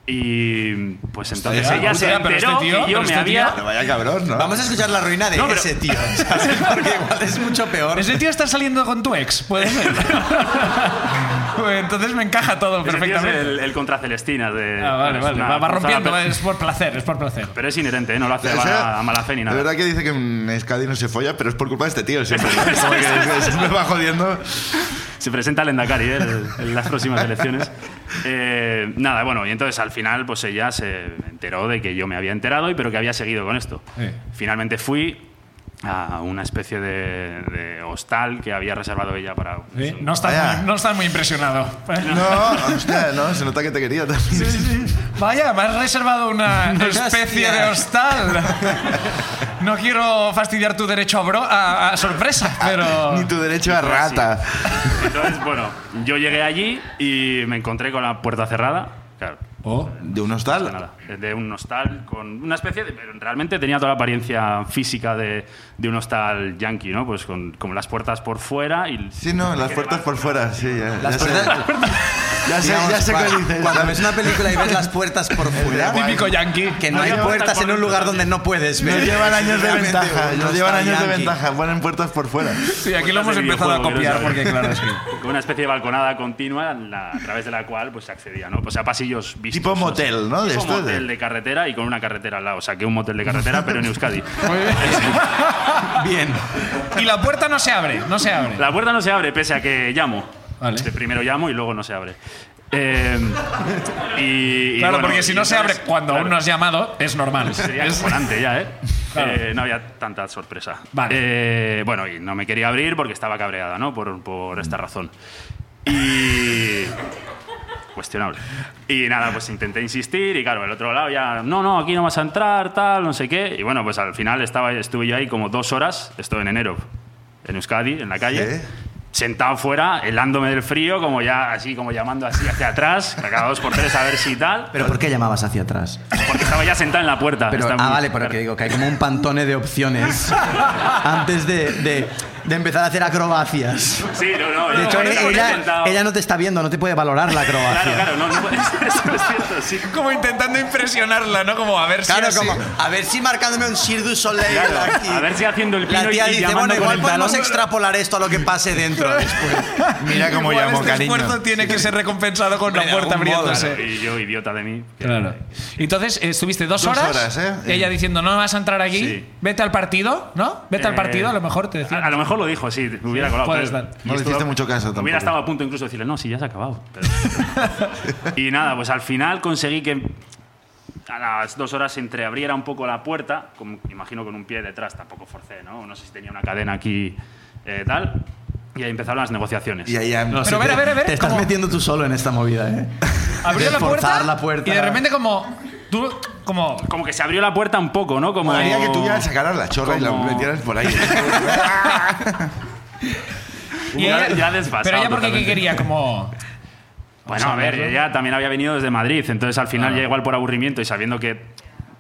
D: Y pues entonces
A: Hostia,
D: ella se
A: puta, pero
D: enteró
A: este tío,
D: que yo
A: pero
D: me
A: este
D: había...
A: tío-
B: Pero vaya cabrón, ¿no?
C: Vamos a escuchar la ruina de
D: No, pero-
C: ese tío, ¿sabes? Porque igual es mucho peor.
A: Ese tío está saliendo con tu ex, puede ser. <laughs> Pues Entonces me encaja todo
D: Ese tío es
A: perfectamente.
D: el, el contra Celestina. De,
A: Ah, vale,
D: es
A: vale.
D: una
A: Va, va
D: cruzada
A: rompiendo,
D: per-
A: es por placer, es por placer.
D: Pero es inherente, ¿eh? no lo hace
B: O
D: a,
B: sea,
D: la- a mala fe ni
B: De
D: nada.
B: verdad que dice que en Euskadi no se folla, pero es por culpa de este tío siempre. Como que es- es- me va jodiendo.
D: Se presenta al Endacari ¿eh? El- en las próximas elecciones. Eh, nada, bueno, y entonces al final pues ella se enteró de que yo me había enterado y pero que había seguido con esto.
A: Sí.
D: Finalmente fui a una especie de, de hostal que había reservado ella para... pues,
A: ¿Sí?
D: un-
A: No, está
B: Vaya.
A: muy, no está muy impresionado.
B: No, hostia, no, se nota que te quería también.
A: Vaya, me has reservado una especie de hostal. No quiero fastidiar tu derecho a, bro- a- a sorpresa, pero...
B: Ni tu derecho a
D: Sí.
B: rata.
D: Entonces, bueno, yo llegué allí y me encontré con la puerta cerrada. Claro,
A: Oh.
B: ¿De un
D: de
B: hostal?
D: nada. De un hostal con una especie de. pero Realmente tenía toda la apariencia física de, de un hostal yankee, ¿no? Pues con, con las puertas por fuera y.
B: Sí, no, las puertas por fuera, sí. Ya, ya sé,
C: puertas-
B: ya sé,
C: Digamos,
B: ya sé
C: cuando-
B: cuál dices.
C: Cuando ves una película y ves las puertas por fuera,
A: Típico yankee.
C: que no hay
B: Había
C: puertas
D: puertas
C: en un
D: por-
C: lugar donde no puedes ver.
B: Nos llevan años de
C: Realmente,
B: ventaja,
C: un
B: nos llevan
C: hostal
B: años de
C: yankee.
B: ventaja. Ponen puertas por fuera.
A: Sí, aquí lo hemos
D: puertas de
A: empezado a
D: videojuego,
A: copiar
D: ¿no?
A: porque, claro, es que...
D: Con una especie de balconada continua la- a través de la cual pues se accedía, ¿no? O sea, pasillos vistos.
B: Tipo motel, ¿no? De
D: Tipo
B: estos de-
D: motel de carretera y con una carretera al lado. O sea, que un motel de carretera, pero
A: <laughs>
D: en Euskadi.
C: Bien.
A: Y la puerta no se abre, no se abre.
D: La puerta no se abre, pese a que llamo.
A: Vale.
D: Este, primero llamo y luego no se abre. Eh, y, y
A: Claro,
D: bueno,
A: porque si no se abre
D: entonces,
A: cuando
D: claro,
A: aún no has llamado, es normal.
D: Sería
A: Es-
D: exponente ya, ¿eh?
A: <laughs> Claro.
D: Eh, No había tanta sorpresa.
A: Vale. Mm.
D: Eh, bueno, y no me quería abrir porque estaba cabreada, ¿no? Por, por esta razón. Y. Cuestionable. Y nada, pues intenté insistir y claro, el otro lado ya, no, no, aquí no vas a entrar, tal, no sé qué. Y bueno, pues al final estaba, estuve yo ahí como dos horas, esto en enero, en Euskadi, en la calle.
B: Sí.
D: Sentado fuera, helándome del frío, como ya así, como llamando así hacia atrás, a cada dos por tres a ver si tal.
C: ¿Pero por qué llamabas hacia atrás?
D: Porque estaba ya sentada en la puerta.
C: Pero,
D: Está
C: ah,
D: muy-
C: vale, pero que digo que hay como un pantone de opciones antes de, de- de empezar a hacer acrobacias.
D: Sí, no, no.
C: De
D: yo
C: hecho,
D: lo he
C: ella,
D: intentado.
C: ella no te está viendo, no te puede valorar la
D: Claro,
C: acrobacia.
D: claro, no, no, <laughs> eso es cierto, sí.
A: Como intentando impresionarla, ¿no? Como a ver
C: Claro,
A: si así-
C: como, a ver si marcándome un Sir du Soleil aquí.
D: A ver si haciendo el
C: La
D: pino y,
C: tía
D: y
C: dice,
D: llamando
C: bueno, igual
D: con el
C: podemos
D: talón.
C: extrapolar esto a lo que pase <laughs> dentro después.
B: Mira cómo
A: Igual
B: llamo,
A: este
B: cariño.
A: esfuerzo tiene que ser recompensado con la
C: de
A: puerta
C: algún modo,
A: abriéndose.
D: Claro, y yo, idiota de mí.
A: Claro. Entonces, eh, estuviste dos,
B: Dos horas,
A: horas.
B: ¿eh?
A: Ella diciendo, no vas a entrar aquí,
D: Sí.
A: vete al partido, ¿no? Vete al
D: Eh,
A: partido, a lo mejor te decía.
D: A, a lo mejor mejor lo dijo, sí, me hubiera colado.
A: puedes
D: pero-
A: dar.
B: No le
D: estuvo-
B: hiciste mucho caso tampoco.
D: Hubiera estado a punto incluso de decirle, no, sí, ya se ha acabado. Pero- <laughs> y nada, pues al final conseguí que a las dos horas entreabriera un poco la puerta, como, imagino con un pie detrás, tampoco forcé, ¿no? No sé si tenía una cadena aquí eh, tal. Y ahí empezaron las negociaciones.
B: Y allá.
C: No sé,
A: a ver, a ver, a ver,
C: Te estás
A: ¿cómo?
C: metiendo tú solo en esta movida, ¿eh?
A: Abrió la
C: Forzar
A: puerta,
C: la puerta.
A: y de repente como... Tú, como...
D: Como que se abrió la puerta un poco, ¿no? Como...
B: Haría que tú ya sacaras la chorra y
D: como-
B: la metieras por
C: <laughs>
B: ahí.
A: Y
D: Ya-
A: ella-
D: ya desfasado
A: Pero ella porque qué
D: totalmente.
A: quería, como...
D: Bueno, a ver, ella también había venido desde Madrid, entonces al final ya igual por aburrimiento y sabiendo que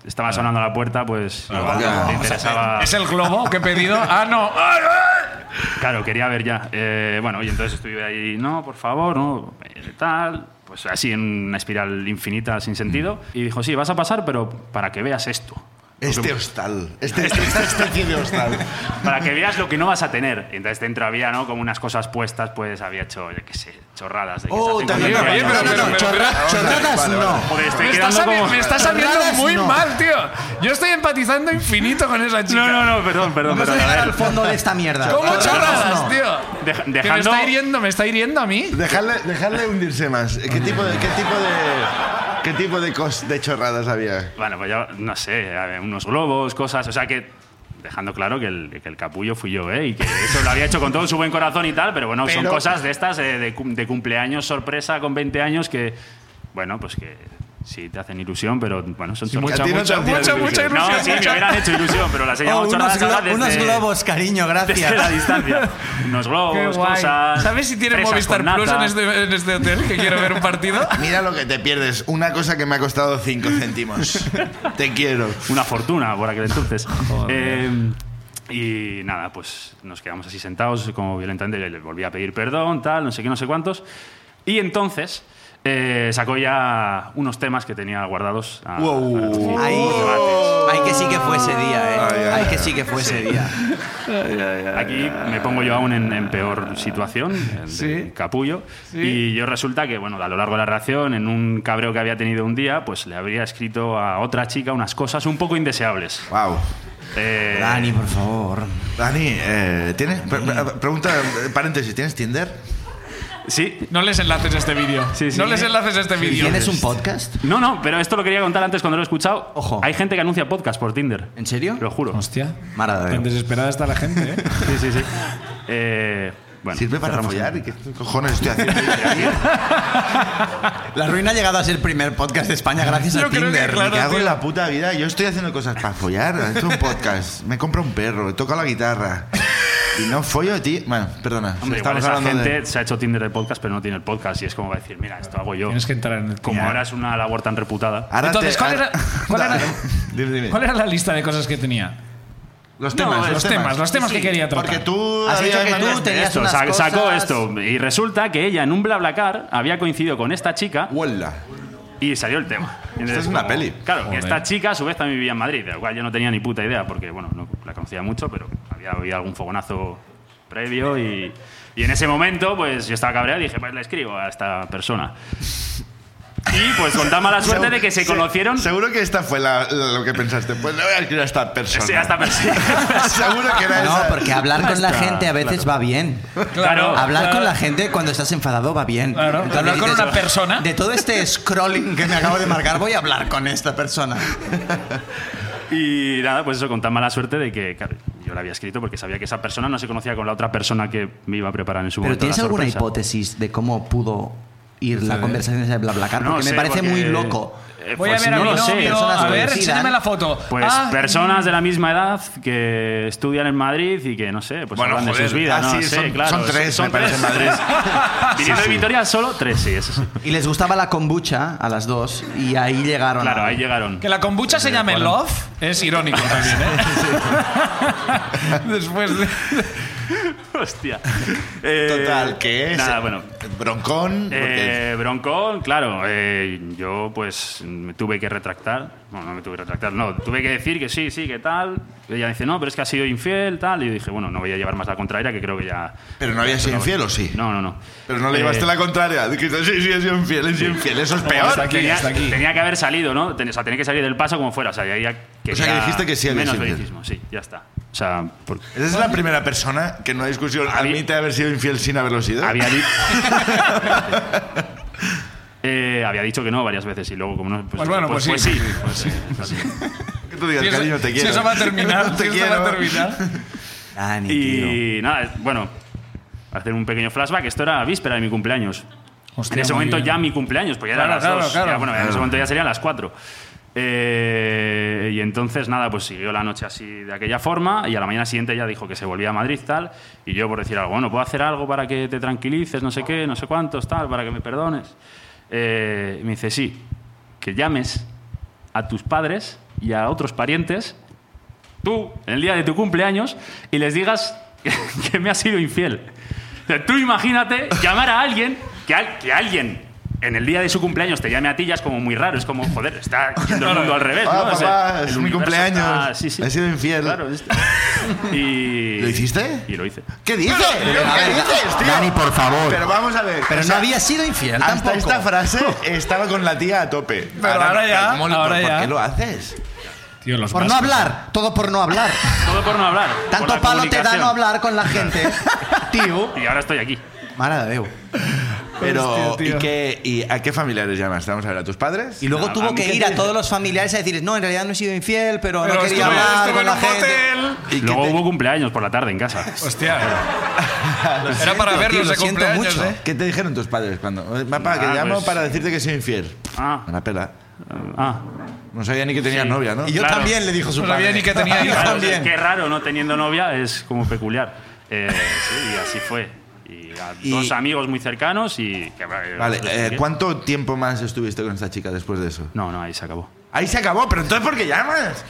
D: estaba sonando la puerta, pues igual
B: Claro.
D: le interesaba...
A: ¿Es el globo que he
D: <laughs>
A: pedido? Ah, no. ¡Ay, ay!
D: Claro, quería ver ya. Eh, bueno, y entonces estuve ahí, no, por favor, no, eh, tal. Pues así en una espiral infinita
A: Mm.
D: sin sentido. Y dijo, sí, vas a pasar, pero para que veas esto.
B: Este hostal. Este, este- esta especie de hostal.
D: Para que veas lo que no vas a tener. Y entonces dentro había, ¿no? Como unas cosas puestas, pues había hecho, yo qué sé, chorradas. De que
C: Oh,
D: se hacen
C: también,
D: con-
A: oye, pero- pero- pero-
B: Vamos a ver,
C: Chorradas
B: vale,
C: no.
B: vale.
D: Joder, estoy
A: Me estás,
D: quedando
A: sabi-
D: como-
A: me
D: <laughs>
A: estás sabiendo
C: Raras,
A: muy
C: no.
A: mal, tío. Yo estoy empatizando infinito con esa chica.
D: No, no, no, perdón, perdón,
C: Vamos a
D: perdón. a
C: llegar
D: ver.
C: al fondo de esta mierda.
A: ¿Cómo
C: Chorradas
A: chorradas,
C: no.
A: tío?
D: Deja-
A: Que me
D: dejando,
A: está hiriendo, me está hiriendo a mí.
B: Dejarle, dejarle hundirse más. ¿Qué tipo de. ¿Qué tipo de.? ¿Qué tipo de, cos- de chorradas había?
D: Bueno, pues ya, no sé, a ver, unos globos, cosas, o sea que dejando claro que el, que el capullo fui yo, ¿eh? Y que eso lo había hecho con todo su buen corazón y tal, pero bueno, son
B: Pero-
D: cosas de estas eh, de, cum- de cumpleaños sorpresa con 20 años que, bueno, pues que sí te hacen ilusión, pero bueno, son
B: Que a
D: sorpresas.
B: ti no te
A: mucha,
B: hacía
A: mucha, mucha
B: ilusión.
A: ilusión.
D: No, sí, me hubieran hecho ilusión, pero las he
C: Oh,
D: llamado
C: unos,
D: chorradas ahora
C: glo- unos
D: desde-
C: globos, cariño, gracias.
D: <laughs> desde la distancia. Unos
A: Qué
D: globos,
A: guay.
D: cosas.
A: ¿Sabes si tiene
D: fresas
A: Movistar
D: con
A: Plus en
D: nata.
A: este, en este hotel que quiero ver un
D: <laughs>
A: partido?
B: Mira lo que te pierdes. Una cosa que me ha costado 5 céntimos. Te quiero.
D: una fortuna por aquel entonces. Eh, y nada, pues nos quedamos así sentados, como violentamente le, le volví a pedir perdón, tal, no sé qué, no sé cuántos. Y entonces eh, sacó ya unos temas que tenía guardados. a-
B: Wow.
D: para los futuros
C: Ahí.
D: debates.
C: Ay, que sí que fue ese día, ¿eh?
B: Ay, ay,
C: Ay,
B: ay.
C: que sí que fue ese día.
D: Aquí me pongo yo aún en, en peor situación, en- de capullo. Y yo resulta que, bueno, a lo largo de la relación, en un cabreo que había tenido un día, pues le habría escrito a otra chica unas cosas un poco indeseables.
B: Wow.
D: Eh,
C: Dani, por favor.
B: Dani, eh, ¿tienes. pre- pre- pregunta, eh, paréntesis, ¿tienes Tinder?
D: sí,
A: No les enlaces este vídeo.
D: Sí, sí.
A: No les enlaces este vídeo.
C: ¿Tienes un podcast?
D: No, no, pero esto lo quería contar antes cuando lo he escuchado.
C: Ojo.
D: Hay gente que anuncia podcast por Tinder.
C: ¿En serio?
D: Lo juro.
A: Hostia.
C: Marada de-
A: desesperada está la gente, ¿eh?
D: Sí,
C: <laughs>
D: sí, sí. Eh, bueno,
B: ¿Sirve para
D: cerramos.
B: follar? ¿Y ¿Qué cojones estoy
A: <laughs>
B: haciendo?
C: La ruina ha llegado a ser el primer podcast de España gracias
A: Yo
C: a
A: creo que,
C: Tinder.
A: claro.
B: Me cago
A: tío.
B: en la puta vida. Yo estoy haciendo cosas para follar. He hecho un podcast. Me compro un perro. Toco la guitarra. Y no follo, tío. Bueno, perdona.
D: Hombre, igual
B: Estamos
D: esa
B: hablando de-
D: gente se ha hecho Tinder de podcast, pero no tiene el podcast. Y es como va a decir, mira, esto hago yo.
A: Tienes que entrar en el
D: Como
A: Ya.
D: ahora es una labor tan reputada.
C: Ah,
B: Ahora
A: Entonces,
B: te-
A: ¿cuál
B: ahora-
A: era- cuál
B: <laughs>
A: era-
B: Dale. Dime, dime.
A: ¿Cuál era la lista de cosas que tenía?
B: Los
D: No,
B: temas,
D: es-
B: los,
A: Los temas, los temas que quería tratar.
B: este Porque tú.
C: Has
B: habías
C: dicho que tú
B: mandado-
C: tenías
D: Esto,
C: unas
D: sa- sacó
C: cosas-
D: esto. Y resulta que ella en un BlaBlaCar había coincidido con esta chica
B: Huela.
D: y salió
C: <laughs>
D: el tema. Entonces,
B: es una peli.
D: Claro, que
A: Joder.
D: esta chica a su vez también vivía en Madrid, de la cual yo no tenía ni puta idea, porque bueno, no la conocía mucho, pero había habido algún fogonazo previo y, y en ese momento pues yo estaba cabreado y dije, pues le escribo a esta persona. Y pues con tan mala suerte de que se conocieron...
B: Seguro que esta fue la, la- lo que pensaste. Pues le voy a escribir a esta persona.
D: Sí, hasta persona.
B: <laughs> Seguro que era
C: No,
B: esa.
C: porque hablar con la
D: Está,
C: gente a veces va bien.
D: Claro.
C: Hablar con la gente cuando estás enfadado va bien.
A: Claro.
C: Entonces
A: Hablar con una persona.
C: De todo este scrolling que me acabo de marcar, voy a hablar con esta persona.
D: <laughs> Y nada, pues eso, con tan mala suerte de que claro, yo la había escrito porque sabía que esa persona no se conocía con la otra persona que me iba a preparar en su
C: Pero
D: momento.
C: ¿tienes
D: la
C: alguna
D: sorpresa.
C: hipótesis de cómo pudo ir la conversación de BlaBlaCar? Porque
D: No
C: me
D: sé,
C: parece
D: porque-
C: muy loco.
D: Eh,
A: Voy
D: pues
A: a ver
D: no
A: a mi
D: lo sé.
A: novio.
C: Personas
A: A ver,
C: coincidan.
A: enséñame la foto.
D: Pues
A: Ah,
D: personas de la misma edad que estudian en Madrid y que, no sé, pues
B: Bueno,
D: hablan
B: joder.
D: de sus vidas.
B: Ah,
D: no
B: sí,
D: sé,
B: son-
D: claro.
B: son tres, me parece, en Madrid.
D: <laughs> Viniendo de Vitoria, solo tres,
B: <laughs>
D: sí, eso sí.
C: Y les gustaba la kombucha a las dos y ahí llegaron.
D: Claro,
C: a-
D: ahí llegaron.
A: Que la kombucha se llame Love es irónico también, ¿eh? Después de...
D: <laughs>
B: <laughs>
D: Hostia. Eh,
B: Total, que es.
D: Nada, bueno.
B: Broncón. porque-
D: Eh, broncón, claro. eh, yo, pues, me tuve que retractar. Bueno, no me tuve que retractar, no. Tuve que decir que sí, sí, que tal. Ella dice, no, pero es que ha sido infiel, tal. Y yo dije, bueno, no voy a llevar más la contraria, que creo que ya.
B: Pero no había sido infiel, ¿o sí?
D: No, no, no.
B: Pero no le
D: Eh,
B: llevaste la contraria. Dijiste, sí, sí, es infiel, es infiel. Eso es peor.
A: Hasta aquí,
D: tenía,
A: hasta aquí.
D: tenía que haber salido, ¿no? Ten- o sea, tenía que salir del paso como fuera. O sea, ya, ya
B: O sea, que dijiste que sí había
D: Menos
B: sido infiel.
D: vericismo, sí, ya está. O sea, por-
B: Esa es la primera persona que no hay discusión
D: Había-
B: admite haber sido infiel sin haberlo sido.
D: había, di- Eh, había dicho que no varias veces y luego como no...
A: Pues bueno, pues sí, sí,
D: pues sí, pues sí.
B: Que tú digas,
A: Si eso-
B: cariño, te
A: si
B: quiero.
A: eso va a
B: <laughs>
A: terminar,
B: te
A: si eso
B: quiero.
A: va a terminar.
C: Dani, tío.
D: Y nada, es- bueno, hacer un pequeño flashback. Esto era víspera de mi cumpleaños.
A: Hostia,
D: en ese
A: muy
D: momento
A: bien.
D: ya mi cumpleaños, pues ya
A: Claro,
D: eran las
A: claro,
D: dos.
A: claro.
D: Ya, bueno, en ese momento ya serían las cuatro. Eh, y entonces, nada, pues siguió la noche así de aquella forma y a la mañana siguiente ya dijo que se volvía a Madrid, tal. Y yo por decir algo, bueno, ¿puedo hacer algo para que te tranquilices, no sé qué, no sé cuántos, tal, para que me perdones? Eh, y me dice, sí, que llames a tus padres y a otros parientes tú, en el día de tu cumpleaños, y les digas <laughs> que me has sido infiel. O sea, Tú imagínate llamar a alguien, que, al- que alguien en el día de su cumpleaños te llame a ti, ya es como muy raro, es como, joder,
B: <laughs>
D: está yendo el mundo al revés.
B: Ah,
D: ¿no? O sea,
B: papá,
D: el
B: es mi
D: universo
B: cumpleaños.
D: está- sí, sí.
B: He sido infiel. <laughs>
D: Claro, es- y,
B: ¿Lo hiciste?
D: Y lo hice.
B: ¿Qué dices? ¿Qué dices, tío?
C: Dani, por favor.
B: Pero vamos a ver.
C: Pero
B: o
C: no
B: sea,
C: había sido infiel
B: Hasta
C: tampoco.
B: esta <laughs>
C: <laughs>
B: frase estaba con la tía a tope.
A: Pero ahora ya,
B: ¿cómo lo-
A: ahora
B: ¿por,
A: ya.
B: qué lo haces?
A: Tío, los
E: Por no
A: vascos.
E: hablar, todo por no hablar.
D: Todo por no hablar. por
E: Tanto
D: la
E: palo te da
D: comunicación.
E: no hablar con la gente. Tío.
D: Y ahora estoy aquí.
C: Mara de Deu.
B: Pero,
A: Hostia, tío.
B: ¿y, qué, ¿y a qué familiares llamas? Vamos a ver, ¿a tus padres?
E: Y luego
D: No, a
E: tuvo
D: mí
E: que
D: qué
E: ir a
D: te-
E: todos los familiares a decirles, no, en realidad no he sido infiel, pero,
A: Pero
E: no quería
A: estuve,
E: hablar
A: estuve
E: con
A: en
E: la
A: un
E: gente.
A: hotel.
B: ¿Y qué
D: Luego
B: te-
D: hubo cumpleaños por la tarde
B: <laughs>
D: en casa.
A: Hostia. Era para
E: siento, tío,
A: verlos
E: lo
A: de
E: siento
A: cumpleaños,
E: mucho.
A: ¿eh?
B: ¿Qué te dijeron tus padres cuando? "Eh, Papá, que
D: Ah,
B: llamo
D: pues-
B: para decirte que soy infiel.
D: Ah.
B: Una pela.
D: Ah,
B: No sabía ni que tenías
D: Sí.
B: novia, ¿no?
E: Y yo
D: Claro.
E: también le dijo su
A: No
E: padre.
A: sabía ni que <laughs> tenía hijos.
D: Claro, o sea,
E: también.
D: Qué raro, no teniendo novia es como peculiar. Eh, sí, y así fue. Y a
B: Y-
D: dos amigos muy cercanos y. que-
B: Vale, eh,
D: ¿qué?
B: ¿cuánto tiempo más estuviste con esta chica después de eso?
D: No, no, ahí se acabó.
B: Ahí se acabó, pero entonces ¿por qué llamas?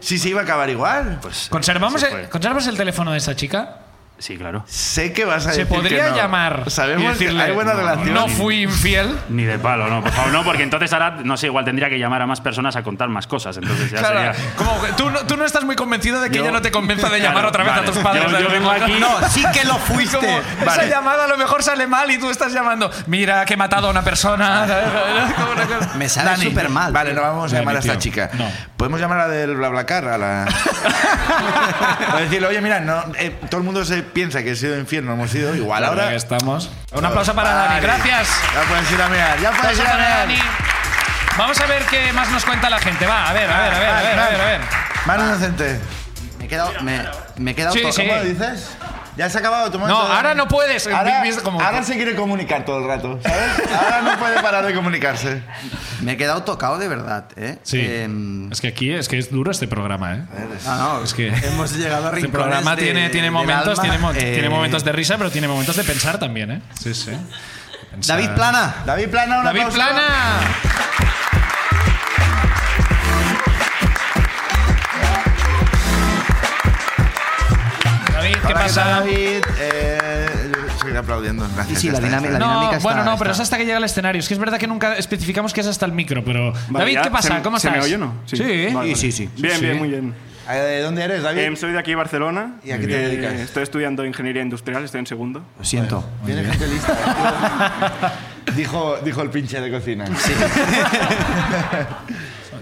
B: Si se iba a acabar igual.
D: Pues, eh,
A: ¿Conservamos
D: se
A: el,
D: fue.
A: ¿Conservas el teléfono de esa chica?
D: Sí, claro.
B: Sé que vas a
A: Se
B: decir
A: podría
B: que no.
A: llamar
B: Sabemos
A: y decirle,
B: que hay buena
A: no,
B: relación.
A: No fui infiel.
D: Ni de palo, no, por favor, no, porque entonces ahora, no sé, igual tendría que llamar a más personas a contar más cosas. Entonces ya
A: Claro,
D: sería.
A: como que tú no, tú no estás muy convencido de que
D: Yo-
A: ella no te convenza
D: <laughs>
A: de llamar
D: Claro,
A: otra vez
D: vale.
A: a tus padres.
D: Yo- yo vengo aquí-
E: No, sí que lo
A: <laughs>
E: fuiste.
A: Como, Esa
B: Vale.
A: llamada a lo mejor sale mal y tú estás llamando. Mira, que he matado a una persona. <laughs> ¿sabes? Como una cosa-
E: Me sale
B: Dani,
E: súper mal.
B: Vale, no vamos a
A: Dani,
B: llamar a esta
A: tío,
B: chica.
A: no.
B: Podemos llamar a la del BlaBlaCar, a
A: <laughs>
B: la. a decirle, oye, mira, no, eh, todo el mundo se piensa que he sido infiel, no hemos sido. Igual
A: Ahora
B: ahora.
A: que estamos. Un aplauso para Dani.
B: Vale.
A: Gracias.
B: Ya puedes ir a mirar, ya puedes
A: Aplauso
B: ir a
A: para
B: mirar.
A: Dani. Vamos a ver qué más nos cuenta la gente. Va, a ver, a ver, a ver, a ver, a ver. A ver.
B: Mano inocente.
C: Me he quedado. Me, me he quedado
A: Sí,
C: to-
A: sí.
B: ¿Cómo lo dices? Ya se ha acabado tu
A: No, ahora no puedes.
B: Ahora,
A: Vi- vi- como-
B: ahora se quiere comunicar todo el rato, ¿sabes? Ahora no puede parar de comunicarse.
C: Me he quedado tocado de verdad, ¿eh?
A: Sí.
C: Em,
A: es que aquí es que es duro este programa, ¿eh?
C: no, no,
A: Es que-
E: em,
C: hemos llegado a
A: Este
C: rincones
A: programa
C: de-
A: tiene, tiene
C: del
A: momentos,
C: alma.
A: tiene, mo-
C: Eh,
A: tiene momentos de risa, pero tiene momentos de pensar también, ¿eh? Sí, sí. Pensar.
E: David Plana.
B: David Plana, una
A: David Plana. David, ¿qué pasa?
B: David? Eh, yo seguiré aplaudiendo. Gracias,
C: sí,
B: ya
C: la
B: está, ya
C: dinámica-
B: está.
C: la
A: No,
C: dinámica está-
A: bueno, no, pero es
C: está.
A: hasta que llega al escenario. Es que es verdad que nunca especificamos que es hasta el micro, pero.
D: Vale,
A: David,
D: ya,
A: ¿qué pasa?
F: ¿se-
A: ¿Cómo
F: se
A: estás?
F: me oye o no?
A: Sí.
F: Sí.
D: Vale,
C: sí,
D: vale.
C: sí.
F: Bien,
A: Sí.
F: bien, muy bien.
B: Eh, ¿De dónde eres, David?
F: Em, soy de aquí, Barcelona.
B: ¿Y a qué te
F: Eh,
B: dedicas?
F: estoy estudiando ingeniería industrial, estoy en segundo.
C: Lo siento.
B: Viene gente lista.
D: <laughs>
B: dijo, dijo el pinche de cocina.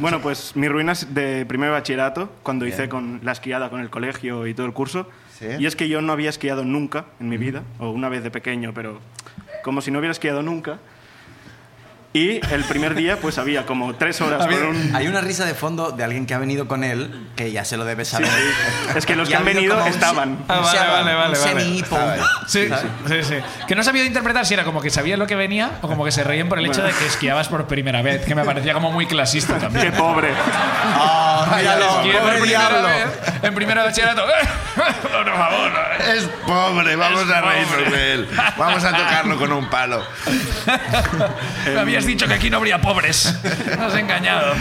F: Bueno, pues mis ruinas de primer bachillerato, cuando hice con la esquiada con el colegio y todo el curso.
B: Sí.
F: Y es que yo no había esquiado nunca en mi vida, o una vez de pequeño, pero como si no hubiera esquiado nunca. Y el primer día, pues había como tres horas con un.
C: Hay una risa de fondo de alguien que ha venido con él, que ya se lo debes
F: Sí,
C: saber. <laughs>
F: sí. Es que los
C: Y
F: que
C: ha
F: han
C: habido
F: venido
C: como un se-
F: estaban.
A: Ah,
C: un
A: vale,
C: semi-
A: vale, vale,
C: un
A: vale.
C: semi-hipo.
A: Sí, sí, sí. Que no sabía interpretar si era como que sabía lo que venía o como que se reían por el hecho de que esquiabas por primera vez, que me parecía como muy clasista también.
F: Qué pobre.
B: Ah, míralo,
A: Esquié por
B: pobre
A: primera
B: diablo.
A: vez, en primera bachillerato. <laughs> por favor. eh.
B: Es pobre, vamos
A: Es
B: a reírnos
A: pobre.
B: de él. Vamos a tocarlo con un palo.
A: Me habías dicho que aquí no habría pobres. Nos has engañado.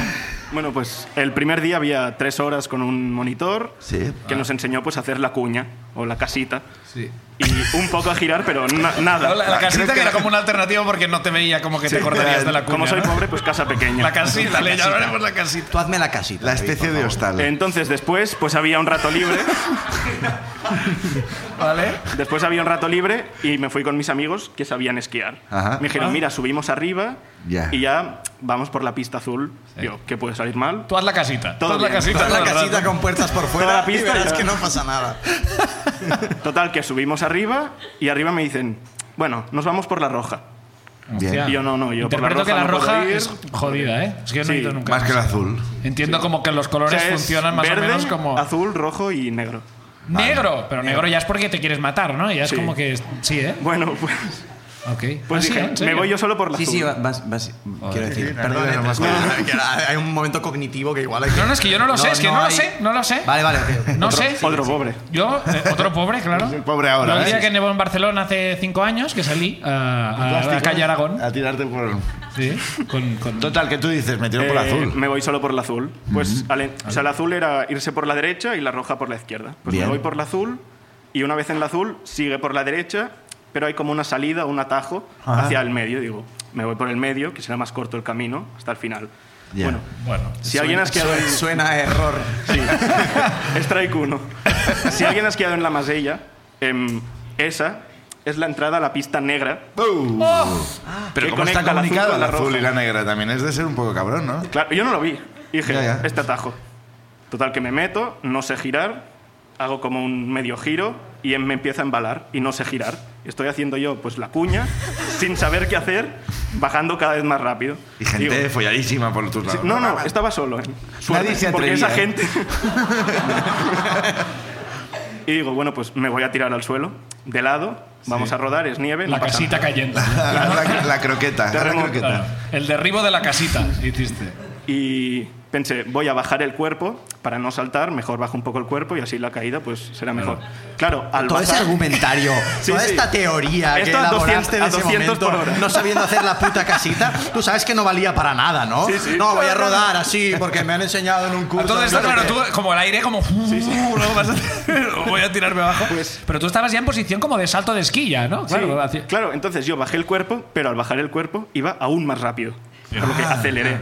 F: Bueno, pues el primer día había tres horas con un monitor
B: Sí.
F: que nos enseñó pues a hacer la cuña
D: o la casita
G: Sí.
D: y un poco a girar, pero na- nada.
A: La, la casita
B: creo
A: que
B: que-
A: era como una alternativa porque no te veía como que te cortarías de la cuña.
D: Como soy
A: ¿no?
D: pobre, pues casa pequeña.
A: La casita, le llamaremos la casita.
E: Tú hazme la casita.
B: La
E: David,
B: especie
E: por
B: de
E: favor.
B: hostal.
D: Entonces después, pues había un rato libre. <laughs>
A: ¿Vale?
D: Después había un rato libre y me fui con mis amigos que sabían esquiar.
B: Ajá.
D: Me
A: Ah.
D: dijeron, mira, subimos arriba
B: Ya.
D: y ya vamos por la pista azul. Yo, ¿qué puede salir mal?
A: Tú haz la casita.
D: Todo
A: tú haz la
D: bien.
A: casita.
E: Haz la
A: todo el
E: casita
A: rato.
E: con puertas por fuera
D: Toda la pista
E: y verás
D: ya.
E: que no pasa nada.
D: Total, que subimos arriba y arriba me dicen, bueno, nos vamos por la roja.
B: Bien.
D: Y yo, no, no, yo por la
A: Ah. Interpreto
D: roja
A: que la
D: no puedo
A: roja
D: ir".
A: es jodida, ¿eh? Es que yo no he
D: Sí.
A: ido nunca.
B: Más que el azul.
A: Entiendo como que los
D: O sea,
A: colores
D: es
A: funcionan más
D: verde,
A: o menos como.
D: azul, rojo y negro.
A: Negro, pero negro ya es porque te quieres matar, ¿no? Ya es
D: Sí.
A: como que. Sí, ¿eh?
D: Bueno, pues,
A: Ok.
D: pues
A: Ah, sí,
D: dije,
A: ¿en
D: me
A: serio?
D: voy yo solo por la
E: Sí,
D: azul.
E: sí, vas, vas- quiero decir.
B: la
E: perdón,
B: vida
E: eh,
B: no más
E: pero es que-
B: buena.
E: que ahora hay un momento cognitivo que igual hay que.
A: No, no, es que yo no lo sé, es que no lo
E: hay-
A: sé, no lo sé.
E: Vale, vale, ok.
A: No sé.
D: Otro pobre.
A: Yo, eh, otro pobre, claro.
B: El pobre
A: Yo
B: ahora,
A: el día
B: ¿eh?
A: que nevó en Barcelona hace cinco años, que salí a,
D: Ah,
A: a la calle Aragón.
B: A tirarte por...
A: Sí, con, con-
B: Total, que tú dices, me tiro
D: Eh,
B: por el azul.
D: Me voy solo por la azul. Pues, ale- o sea, la azul era irse por la derecha y la roja por la izquierda. Pues
B: Bien.
D: me voy por la azul y una vez en la azul sigue por la derecha, pero hay como una salida, un atajo hacia el medio. Digo, me voy por el medio, que será más corto el camino hasta el final.
B: Ya.
D: Bueno,
A: Bueno,
D: si alguien ha esquiado en...
E: Suena a error.
D: <laughs> Sí, strike uno. si alguien ha esquiado en la Masella, em, esa es la entrada a la pista negra.
B: ¡Bum!
D: que
B: Uh. Pero como está
D: conecta la azul
B: comunicado
D: con
B: el
D: la
B: azul
D: roja.
B: y la negra también, es de ser un poco cabrón, ¿no?
D: Claro, yo no lo vi. Dije,
B: Ya, ya.
D: este atajo. Total, que me meto, no sé girar, hago como un medio giro y em- me empieza a embalar y no sé girar. Estoy haciendo yo, pues, la cuña, sin saber qué hacer, bajando cada vez más rápido.
B: Y gente
D: Digo,
B: folladísima por tus lados.
D: no, no, estaba solo. ¿eh? Suerte,
E: se
D: Porque esa
E: atrevía, ¿eh?
D: gente... <laughs> y digo, bueno, pues me voy a tirar al suelo, de lado, vamos a rodar, es nieve.
A: la
D: no pasa
A: casita
D: nada.
A: cayendo.
D: <laughs>
B: La, la- la croqueta. la
D: Terremoto.
A: Claro,
B: croqueta.
A: el derribo de la casita hiciste.
D: Y pensé, voy a bajar el cuerpo para no saltar, mejor bajo un poco el cuerpo y así la caída pues será mejor. Claro, al
E: Todo ese
D: bajar,
E: <laughs> argumentario,
D: Sí,
E: toda
D: sí.
E: esta teoría que
D: Esto a 200
E: elaboraste de
D: a
E: ese
D: 200
E: momento,
D: por hora.
E: no sabiendo hacer la puta casita, tú sabes que no valía para nada, ¿no?
D: Sí, sí.
E: No, voy a rodar así porque me han enseñado en un curso.
A: Todo esto,
E: de no sé
A: claro,
E: qué.
A: tú como el aire, como. <laughs> luego vas a- voy a tirarme abajo. Pero tú estabas ya en posición como de salto de esquilla, ¿no?
D: sí,
A: Claro,
D: claro,
A: hacia-
D: entonces yo bajé el cuerpo, pero al bajar el cuerpo iba aún más rápido, por lo
E: Ah.
D: que aceleré.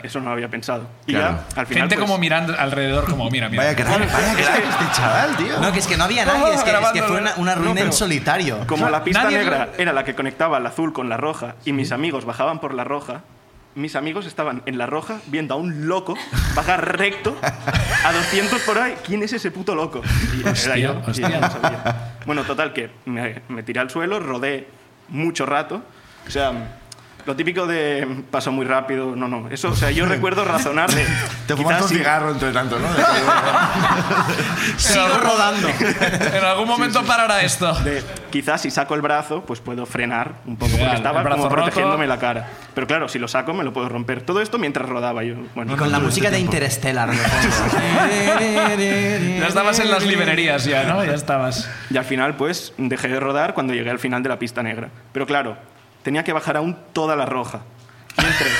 D: Eso no lo había pensado. Y
B: Claro.
D: ya al final
A: Gente
D: pues,
A: como mirando alrededor, como, mira, mira.
B: Vaya crack, vaya crack este chaval, tío.
E: No, que es que no había nadie, es que, es que
A: grabando,
E: fue una, una
A: no,
E: ruina en
A: pero-
E: solitario.
D: como la pista
A: Nadie-
D: negra era la que conectaba el azul con la roja y mis amigos bajaban por la roja, mis amigos estaban en la roja viendo a un loco bajar recto a 200 por ahí. ¿Quién es ese puto loco? Y era
A: Hostia,
D: yo, y
A: hostia.
D: no sabía. Bueno, total, que me, me tiré al suelo, rodé mucho rato. O sea, lo típico de mm, paso muy rápido, no, no. Eso, o sea, yo recuerdo razonar de.
B: Te fumas
D: quizás
B: un
D: sí,
B: cigarro entre tanto, ¿no?
E: Sigo rodando.
A: <laughs> En algún momento parará esto.
D: de, quizás si saco el brazo, pues puedo frenar un poco,
A: Ideal,
D: porque
A: el
D: estaba
A: brazo
D: como
A: roto.
D: protegiéndome la cara. Pero claro, si lo saco, me lo puedo romper. Todo esto mientras rodaba yo. Bueno,
E: Y con la música de Interstellar. de fondo.
A: Ya estabas en las librerías ya, ¿no? Ya estabas.
D: y al final, pues, dejé de rodar cuando llegué al final de la pista negra. Pero claro, tenía que bajar aún toda la roja. Y
E: <laughs>
D: entre-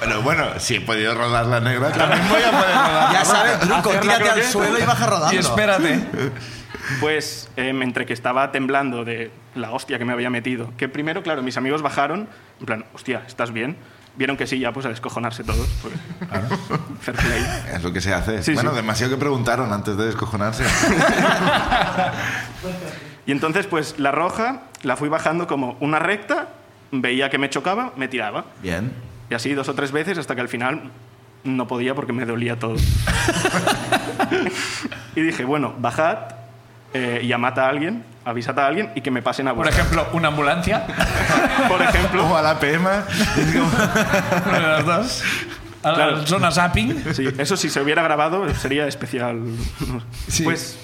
B: Pero bueno, si he podido rodar la negra, también voy a poder rodar.
E: Ya sabes, Truco,
D: Hacer la
E: tírate al
D: croqueta.
E: suelo y baja rodando.
A: Y espérate.
D: Pues em, entre que estaba temblando de la hostia que me había metido, que primero, claro, mis amigos bajaron, en plan, hostia, ¿estás bien? Vieron que sí, ya pues a descojonarse todos. porque- Fair play.
B: Es lo que se hace.
D: Sí,
B: bueno,
D: sí.
B: demasiado que preguntaron antes de <laughs> descojonarse.
D: Y entonces, pues la roja la fui bajando como una recta, veía que me chocaba, me tiraba.
B: Bien.
D: Y así dos o tres veces hasta que al final no podía porque me dolía todo. y dije, bueno, bajad, eh, llamad a alguien, avisad a alguien y que me pasen a
A: Por
D: vosotros.
A: ejemplo, una ambulancia.
D: Por ejemplo.
B: O a la PM.
A: Una de las dos. A la
D: Claro.
A: zona zapping.
D: Sí, eso si se hubiera grabado sería especial. Pues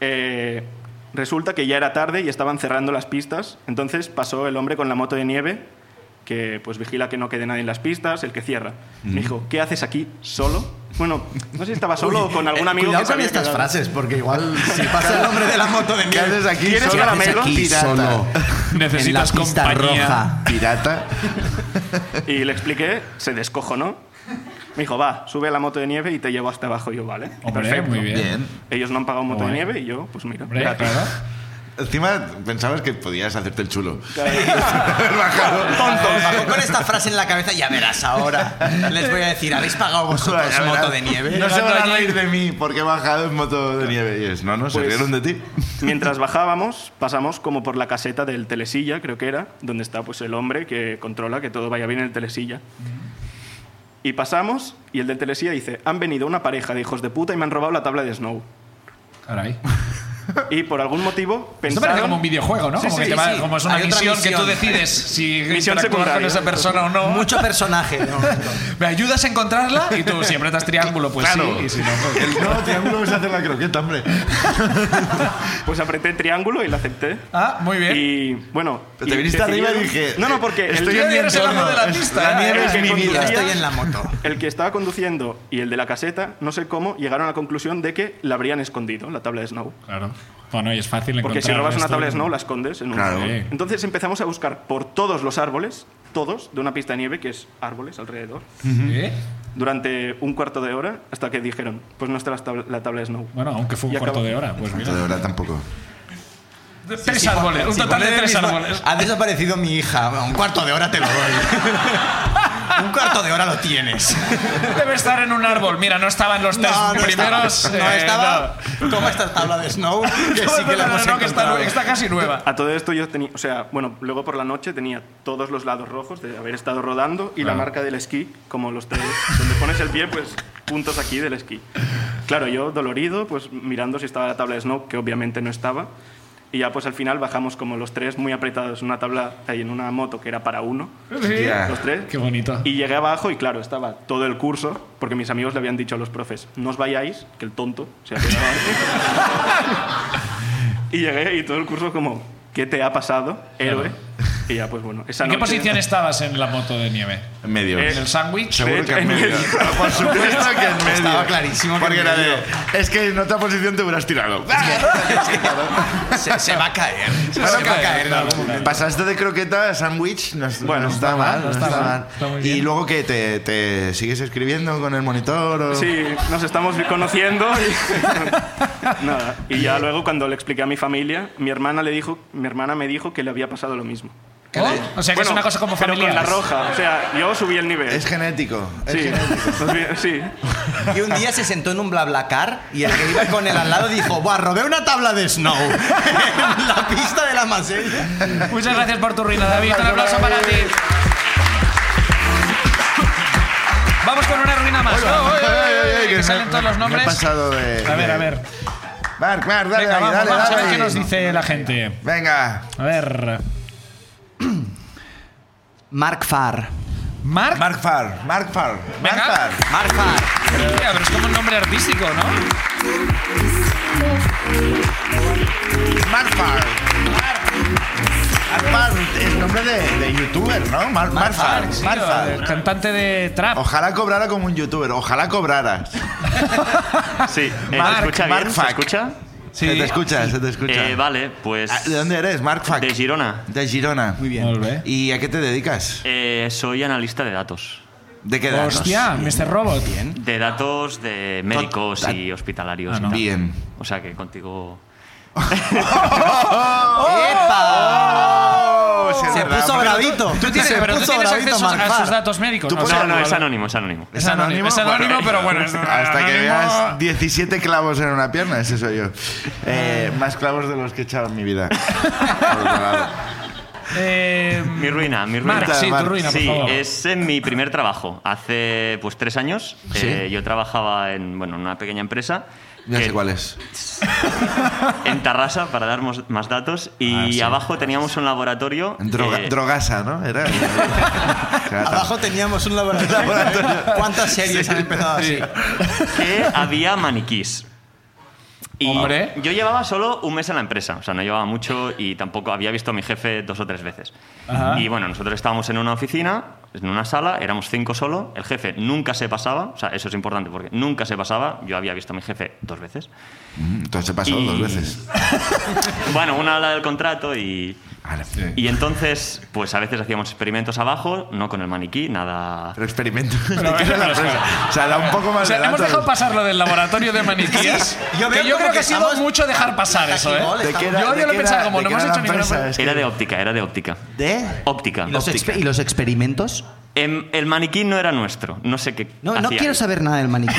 D: eh, resulta que ya era tarde y estaban cerrando las pistas, entonces pasó el hombre con la moto de nieve que pues vigila que no quede nadie en las pistas, el que cierra. Me dijo, ¿qué haces aquí solo? Bueno, no sé si estaba solo o con algún
E: Eh,
D: amigo.
E: Cuidado
D: que se
E: con
D: había
E: estas
D: quedado.
E: frases, porque igual si pasa el nombre de la moto de
B: ¿Qué
E: nieve.
B: haces aquí? solo?
D: ¿Quieres
E: ¿Qué haces
D: caramelo?
E: aquí
B: Pirata.
E: solo? En la
A: Necesitas
E: pista
A: compañía.
E: roja.
B: Pirata.
D: Y le expliqué, se descojonó. Me dijo, va, sube a la moto de nieve y te llevo hasta abajo. Y yo, vale.
A: Hombre,
D: perfecto.
A: muy bien.
B: Bien.
D: Ellos no han pagado moto de
A: Guay.
D: nieve y yo, pues mira.
A: Hombre,
D: gratis.
A: claro.
B: Encima pensabas que podías hacerte el chulo.
C: Tonto. Con esta frase en la cabeza, ya verás ahora. Les voy a decir, ¿habéis pagado vosotros
B: Ya verás.
C: moto de nieve?
B: No se van a
A: Llegando allí.
B: reír de mí porque he bajado en moto de nieve. Y es, no, no, se
D: Pues-
B: rieron de ti.
D: Mientras bajábamos, pasamos como por la caseta del telesilla, creo que era, donde está pues el hombre que controla que todo vaya bien en el telesilla. Y pasamos y el del telesilla dice, han venido una pareja de hijos de puta y me han robado la tabla de snow.
A: Caray.
D: Y por
B: <laughs>
D: algún motivo
A: Esto
D: pensaron...
A: parece como un videojuego, ¿no?
D: Sí,
A: como, que
D: sí,
A: te va-
C: sí.
A: como es una
C: Hay otra
A: misión, que tú
C: misión.
A: decides <laughs> si
D: Misión
A: interactuar con
D: secundaria.
A: esa persona o no.
C: Mucho personaje. de momento.
A: <laughs> Me ayudas a encontrarla y tú siempre das triángulo, pues
B: Claro.
A: sí. Y si no, pues-
B: El no, triángulo es hacer la croqueta, hombre.
D: Pues apreté el triángulo y la acepté.
A: <laughs> Ah, muy bien.
D: Y bueno...
B: ¿Eh? Te
D: y
B: viniste arriba y
D: decidieron-
B: dije.
D: No, no, porque el,
B: estoy
A: Ya
B: en mi
A: eres el
B: entorno.
A: amo de la
B: Es-
A: pista,
B: La
A: ¿eh?
B: nieve
D: El que
B: es mi
C: Ya
B: vida.
D: conducía-
C: estoy en la moto.
D: el que estaba conduciendo y el de la caseta, no sé cómo, llegaron a la conclusión de que la habrían escondido, la tabla de snow.
A: Claro. Bueno, y es fácil
D: Porque si
A: encontrar
D: robas una
A: esto.
D: tabla de snow, la escondes en un
B: Claro.
D: árbol.
A: Sí.
D: Entonces empezamos a buscar por todos los árboles, todos, de una pista de nieve que es árboles alrededor,
A: ¿Eh?
D: durante un cuarto de hora hasta que dijeron, pues no está la tabla, la tabla de snow.
A: Bueno, aunque fue un
D: Y
A: cuarto
D: acabó.
A: de hora, pues
B: De
A: <laughs> mira.
B: verdad tampoco.
A: Tres árboles, un
C: Si
A: total de
C: pones el
A: tres
C: mismo-
A: árboles. <laughs>
C: Ha desaparecido mi hija. Un cuarto de hora te lo doy. Un cuarto de hora lo tienes.
A: Debe estar en un árbol. Mira, no estaban los tres
C: No, no
A: primeros.
C: estaba. No
A: eh,
C: estaba. Toma esta tabla de
B: <laughs>
C: Snow, que
A: <laughs> no.
C: sí que la
A: No, no,
C: hemos
A: no, que está,
C: encontrado.
A: nue- está casi nueva.
D: A todo esto yo tenía, o sea, bueno, luego por la noche tenía todos los lados rojos de haber estado rodando y la marca del esquí, como los tres, donde pones el pie, pues puntos aquí del esquí. Claro, yo dolorido, pues mirando si estaba la tabla de snow, que obviamente no estaba, y ya pues al final bajamos como los tres muy apretados en una tabla, ahí en una moto que era para uno,
A: <laughs> Sí.
B: Ya.
D: los tres.
A: Ah, Qué bonito.
D: Y llegué abajo y claro, estaba todo el curso, porque mis amigos le habían dicho a los profes, no os vayáis, que el tonto se ha quedado
A: <laughs>
D: ahí". Y llegué y todo el curso como, ¿qué te ha pasado, héroe? Y ya, pues bueno, esa
A: ¿En qué
D: noche-
A: posición estabas en la moto de nieve?
B: En medio.
A: ¿En el sándwich?
B: Seguro que Eh, en medio. Por supuesto que en medio.
C: Estaba clarísimo que
B: Porque
C: en
B: era
C: medio.
B: de. Es que en otra posición te hubieras tirado.
C: Se, se va a caer. Se va a
A: caer,
C: caer. en
A: claro.
C: algún momento.
B: Pasaste de croqueta a sándwich. No, es-
D: Bueno,
B: no está mal, no está mal.
A: Está muy bien.
B: Y luego que te, te sigues escribiendo con el monitor o.
D: Sí, nos estamos conociendo y... <laughs> Nada. Y ya luego cuando le expliqué a mi familia, mi hermana, le dijo, mi hermana me dijo que le había pasado lo mismo.
A: ¿Oh? O sea que es
D: Bueno,
A: una cosa como
D: pero
A: familiar.
D: con la roja, o sea, yo subí el nivel.
B: Es genético. es
D: Sí,
B: genético.
D: sí.
C: Y un día se sentó en un BlaBlaCar y el que iba con él al lado dijo, ¡buah, robé una tabla de Snow! <laughs> en la pista de la Masella.
A: Muchas gracias por tu ruina, David. Un aplauso para ti. Vamos con una ruina más. Oh, oh, oh,
B: Ey, ey, ey,
A: que
B: me-
A: salen todos los
B: me he
A: nombres.
B: pasado de.
A: A ver,
B: de-
A: a ver.
B: Marc, Marc, dale,
A: Venga,
B: ahí,
A: vamos,
B: dale,
A: vamos a ver
B: dale.
A: qué nos dice la gente.
B: Venga.
A: A ver.
C: Mark Farr.
A: Mark.
B: Mark Farr, Mark Farr,
A: Venga.
B: Mark Farr.
C: Mark Farr.
A: Hostia, pero es como un nombre artístico, ¿no?
B: Mark Farr. Mark Farr es nombre de, de youtuber, ¿no? Mark, Mark Farr.
A: Sí,
B: Mark
A: o
B: Farr.
A: el cantante de trap.
B: Ojalá cobrara como un youtuber, ojalá cobraras.
H: Sí, eh, ¿se
B: Mark-
H: escucha
B: Mark
H: bien? ¿Se
B: Fuck.
H: escucha?
B: Se te escucha, se te escucha.
H: Eh, vale, pues...
B: Ah, ¿De dónde eres, Mark Farr?
H: De Girona.
B: De Girona. Muy
A: bien. Molt bé.
B: ¿Y a qué te dedicas?
H: Eh, soy analista de datos.
B: ¿De qué datos?
A: Hostia, Mr. Robot.
H: De datos de médicos y hospitalarios.
A: Ah,
H: y
A: no.
H: tal.
B: Bien.
H: O sea que contigo...
B: Oh, sí, es
C: Se
B: verdad.
C: puso
B: Pero tú-
C: bravito.
A: Tú tienes,
C: se
A: pero tú
C: puso
A: tienes
C: bravito
A: acceso
C: Mark
A: a sus
C: Farr.
A: datos médicos.
B: Tú
A: o sea,
H: No, no,
A: no,
H: es
A: no.
H: anónimo, es anónimo.
A: Es anónimo, es anónimo, pero bueno. es
B: Hasta que
A: anónimo.
B: veas 17 clavos en una pierna, ese soy yo. Eh,
A: Ah.
B: más clavos de los que he echado en mi vida. Por otro lado.
A: Eh,
H: Mi ruina, mi ruina.
A: Marc, sí, tu
B: Marc.
A: ruina, por
H: Sí,
A: favor.
H: es en mi primer trabajo. Hace pues tres años eh, yo trabajaba en bueno, en una pequeña empresa.
B: Ya
H: que-
B: sé cuál es.
H: En Tarrasa, para dar mos- más datos. Y abajo teníamos un laboratorio.
B: Ah, Droga-
H: eh,
B: Drogasa, ¿no?
A: <laughs>
B: Era. Claro.
C: Abajo teníamos un laboratorio. ¿Cuántas series han empezado así?
H: que había maniquís. Y
A: Hombre.
H: yo llevaba solo un mes en la empresa, o sea, no llevaba mucho y tampoco había visto a mi jefe dos o tres veces.
A: Ajá.
H: Y bueno, nosotros estábamos en una oficina, en una sala, éramos cinco solo, el jefe nunca se pasaba, o sea, eso es importante porque nunca se pasaba, yo había visto a mi jefe dos veces.
B: Entonces se pasó
H: Y-
B: dos veces.
H: Bueno, una la del contrato y,
B: Vale.
H: Y entonces, pues a veces hacíamos experimentos abajo, no con el maniquí, nada.
B: Pero experimento. <laughs> ¿De qué era la presa? O sea, da un poco más
A: O sea,
B: de
A: hemos
B: datos.
A: dejado pasar lo del laboratorio de maniquíes.
C: yo veo
A: que yo creo
C: como
A: que
C: que
A: ha sido
C: estamos-
A: mucho dejar pasar eso, ¿eh?
B: ¿De qué era-
A: Yo- yo
B: de
A: lo
B: qué
A: pensaba,
B: era-
A: como
B: de
A: no
B: qué
A: hemos
B: era
A: hecho
B: la
A: ninguna
B: presa?
A: pre-
B: Es que-
H: Era de óptica, era de óptica.
E: ¿De?
H: Óptica.
E: ¿Y los,
H: óptica.
E: exper- y los experimentos?
H: Em, el maniquí no era nuestro, no sé qué.
E: No, no
H: hacía
E: quiero
H: ahí.
E: saber nada del
H: <laughs>
E: maniquí.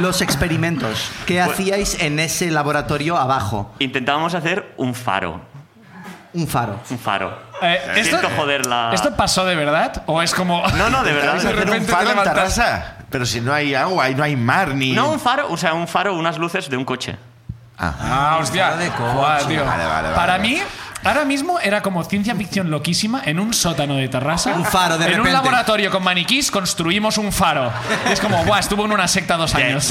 E: los experimentos. ¿Qué hacíais en ese laboratorio abajo?
H: Intentábamos hacer un faro.
E: Un faro.
H: Un faro.
A: Eh, esto,
H: Siento joder la.
A: ¿Esto pasó de verdad? ¿O es como.?
H: No, no, de
B: ¿Vais a
A: <laughs> De
H: verdad.
B: hacer un
A: repente te
B: faro en
A: levantas.
B: Tarrasa? Pero si no hay agua y no hay mar ni...
H: No un faro, o sea, un faro, unas luces de un coche.
A: Ah, hostia.
E: de coche.
A: Buah, tío.
B: Vale, vale, vale,
A: Para
B: vale.
A: mí, ahora mismo era como ciencia ficción loquísima en un sótano de terraza.
E: Un faro, de
A: En un
E: repente.
A: laboratorio con maniquís construimos un faro. Es como, guau, estuvo en una secta dos años.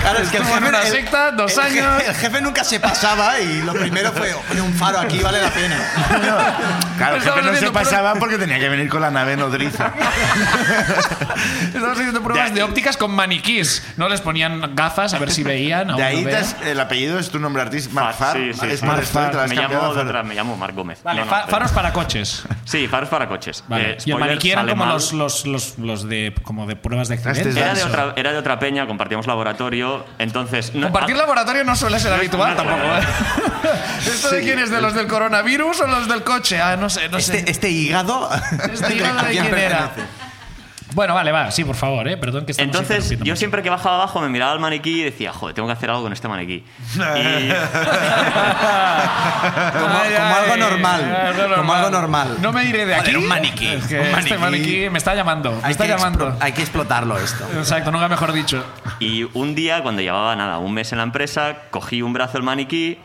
C: Claro, es que el
A: Estuvo en una
C: el-
A: secta dos
C: el jefe-
A: años.
C: el jefe nunca se pasaba y lo primero fue, "Oye, un faro aquí vale la pena.
B: Claro, el jefe no se
A: haciendo
B: pasaba porque tenía que venir con la nave nodriza.
A: Estamos haciendo pruebas de ópticas con maniquís. No les ponían gafas a ver si veían. aún
B: De
A: no
B: ahí te
A: vean.
B: has- el apellido es tu nombre artístico. Marfar.
H: Sí, sí,
B: es
H: sí.
B: por esto que te lo has
H: Me
B: cambiado
H: llamo,
B: a
H: de
B: Faro.
H: otra- me llamo Marc Gómez.
A: Vale,
H: No, no,
A: fa-
H: pero-
A: faros para coches.
H: Sí, faros para coches.
A: Vale.
H: Eh,
A: y el
H: spoiler,
A: maniquí eran
H: sale
A: como
H: mal.
A: los, los, los, los de, como de pruebas de accidentes.
H: Era de,
B: Eso.
H: otra, era de otra peña, compartíamos laboratorio, entonces... no-
A: Compartir
H: ah,
A: laboratorio no suele ser habitual
H: no,
A: tampoco.
H: no.
A: ¿eh? <laughs> ¿Esto de quién es? ¿De los del coronavirus o los del coche? Ah, no sé, no sé.
C: Este, este hígado. <laughs>
A: Este hígado de quién era. Bueno, vale, va, sí, por favor, ¿eh? perdón que estamos
H: Entonces,
A: interrumpiendo
H: yo
A: mucho.
H: siempre que bajaba abajo me miraba al maniquí y decía, joder, tengo que hacer algo con este
A: <laughs>
H: maniquí. Y
E: Como,
A: Ay,
E: como
A: ay,
E: algo normal.
A: ay,
E: Como algo normal.
A: No me iré de aquí.
E: un maniquí,
A: Es que
E: un
A: Este
E: maniquí.
A: maniquí me está llamando. Me
E: Hay
A: está
E: que explo-
A: llamando.
E: hay que explotarlo esto.
A: Exacto, nunca mejor dicho.
H: Y un día, cuando llevaba nada, un mes en la empresa, cogí un brazo del maniquí,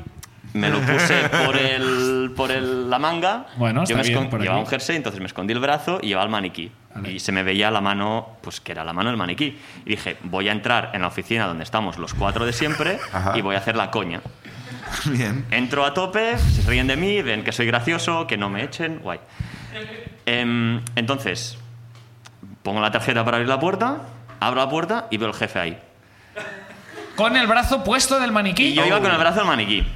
H: me lo puse por, el, por el- la manga.
A: Bueno,
H: yo
A: está
H: me
A: bien,
H: escon-
A: por
H: llevaba
A: aquí.
H: un jersey, entonces me escondí el brazo y llevaba el maniquí. Y se me veía la mano, pues que era la mano del maniquí. Y dije, voy a entrar en la oficina donde estamos los cuatro
A: <laughs>
H: de siempre
B: Ajá.
H: y voy a hacer la coña.
B: Bien.
H: Entro a tope, se ríen de mí, ven que soy gracioso, que no me echen, guay. Em, entonces, pongo la tarjeta para abrir la puerta, abro la puerta y veo el jefe ahí.
A: Con el brazo puesto del maniquí.
H: Y yo iba con el brazo al maniquí.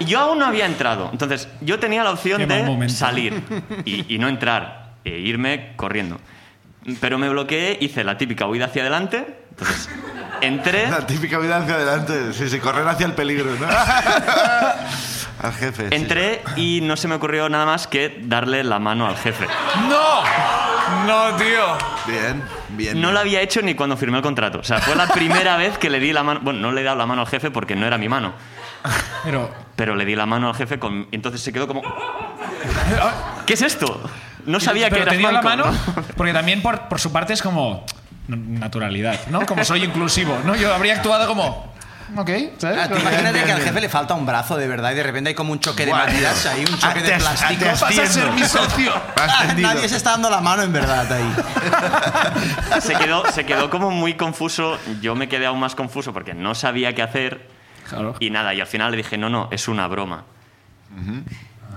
H: Y Yo aún no había entrado. Entonces, yo tenía la
A: Qué mal
H: opción de
A: momento.
H: salir y, y no entrar, e irme corriendo. Pero me bloqueé, hice la típica huida hacia adelante. Entonces,
B: <laughs>
H: entré.
B: La típica vida hacia adelante. Sí, sí, correr hacia el peligro, ¿no? Al jefe. sí.
H: Entré y no se me ocurrió nada más que darle la mano al jefe.
A: ¡No! No, tío.
B: Bien, bien.
H: No lo había hecho ni cuando firmé el contrato. O sea, fue la primera <laughs> vez que le di la mano. Bueno, no le he dado la mano al jefe porque no era mi mano.
A: Pero.
H: Pero le di la mano al jefe con... entonces
A: <laughs>
H: se quedó como... ¿Qué es esto? No sabía
A: pero
H: que
A: te
H: era
A: dio la mano. Porque también por, por su parte es como. Naturalidad, ¿no? Como soy inclusivo, ¿no? Yo habría actuado como. Ok, ¿sabes?
E: Ah, tú imagínate que al jefe le falta un brazo de verdad y de repente hay como un choque de
B: Guau,
E: máquinas
B: tío.
E: ahí, un
B: Ah,
E: choque
B: te
E: de
B: has-
E: plástico.
B: te has-
A: Vas a ser mi socio.
B: Has tendido.
E: <laughs> Nadie se está dando la mano en verdad ahí.
H: <laughs> Se quedó, se quedó como muy confuso. Yo me quedé aún más confuso porque no sabía qué hacer.
A: Claro.
H: Y nada, y al final le dije, no, no, es una broma.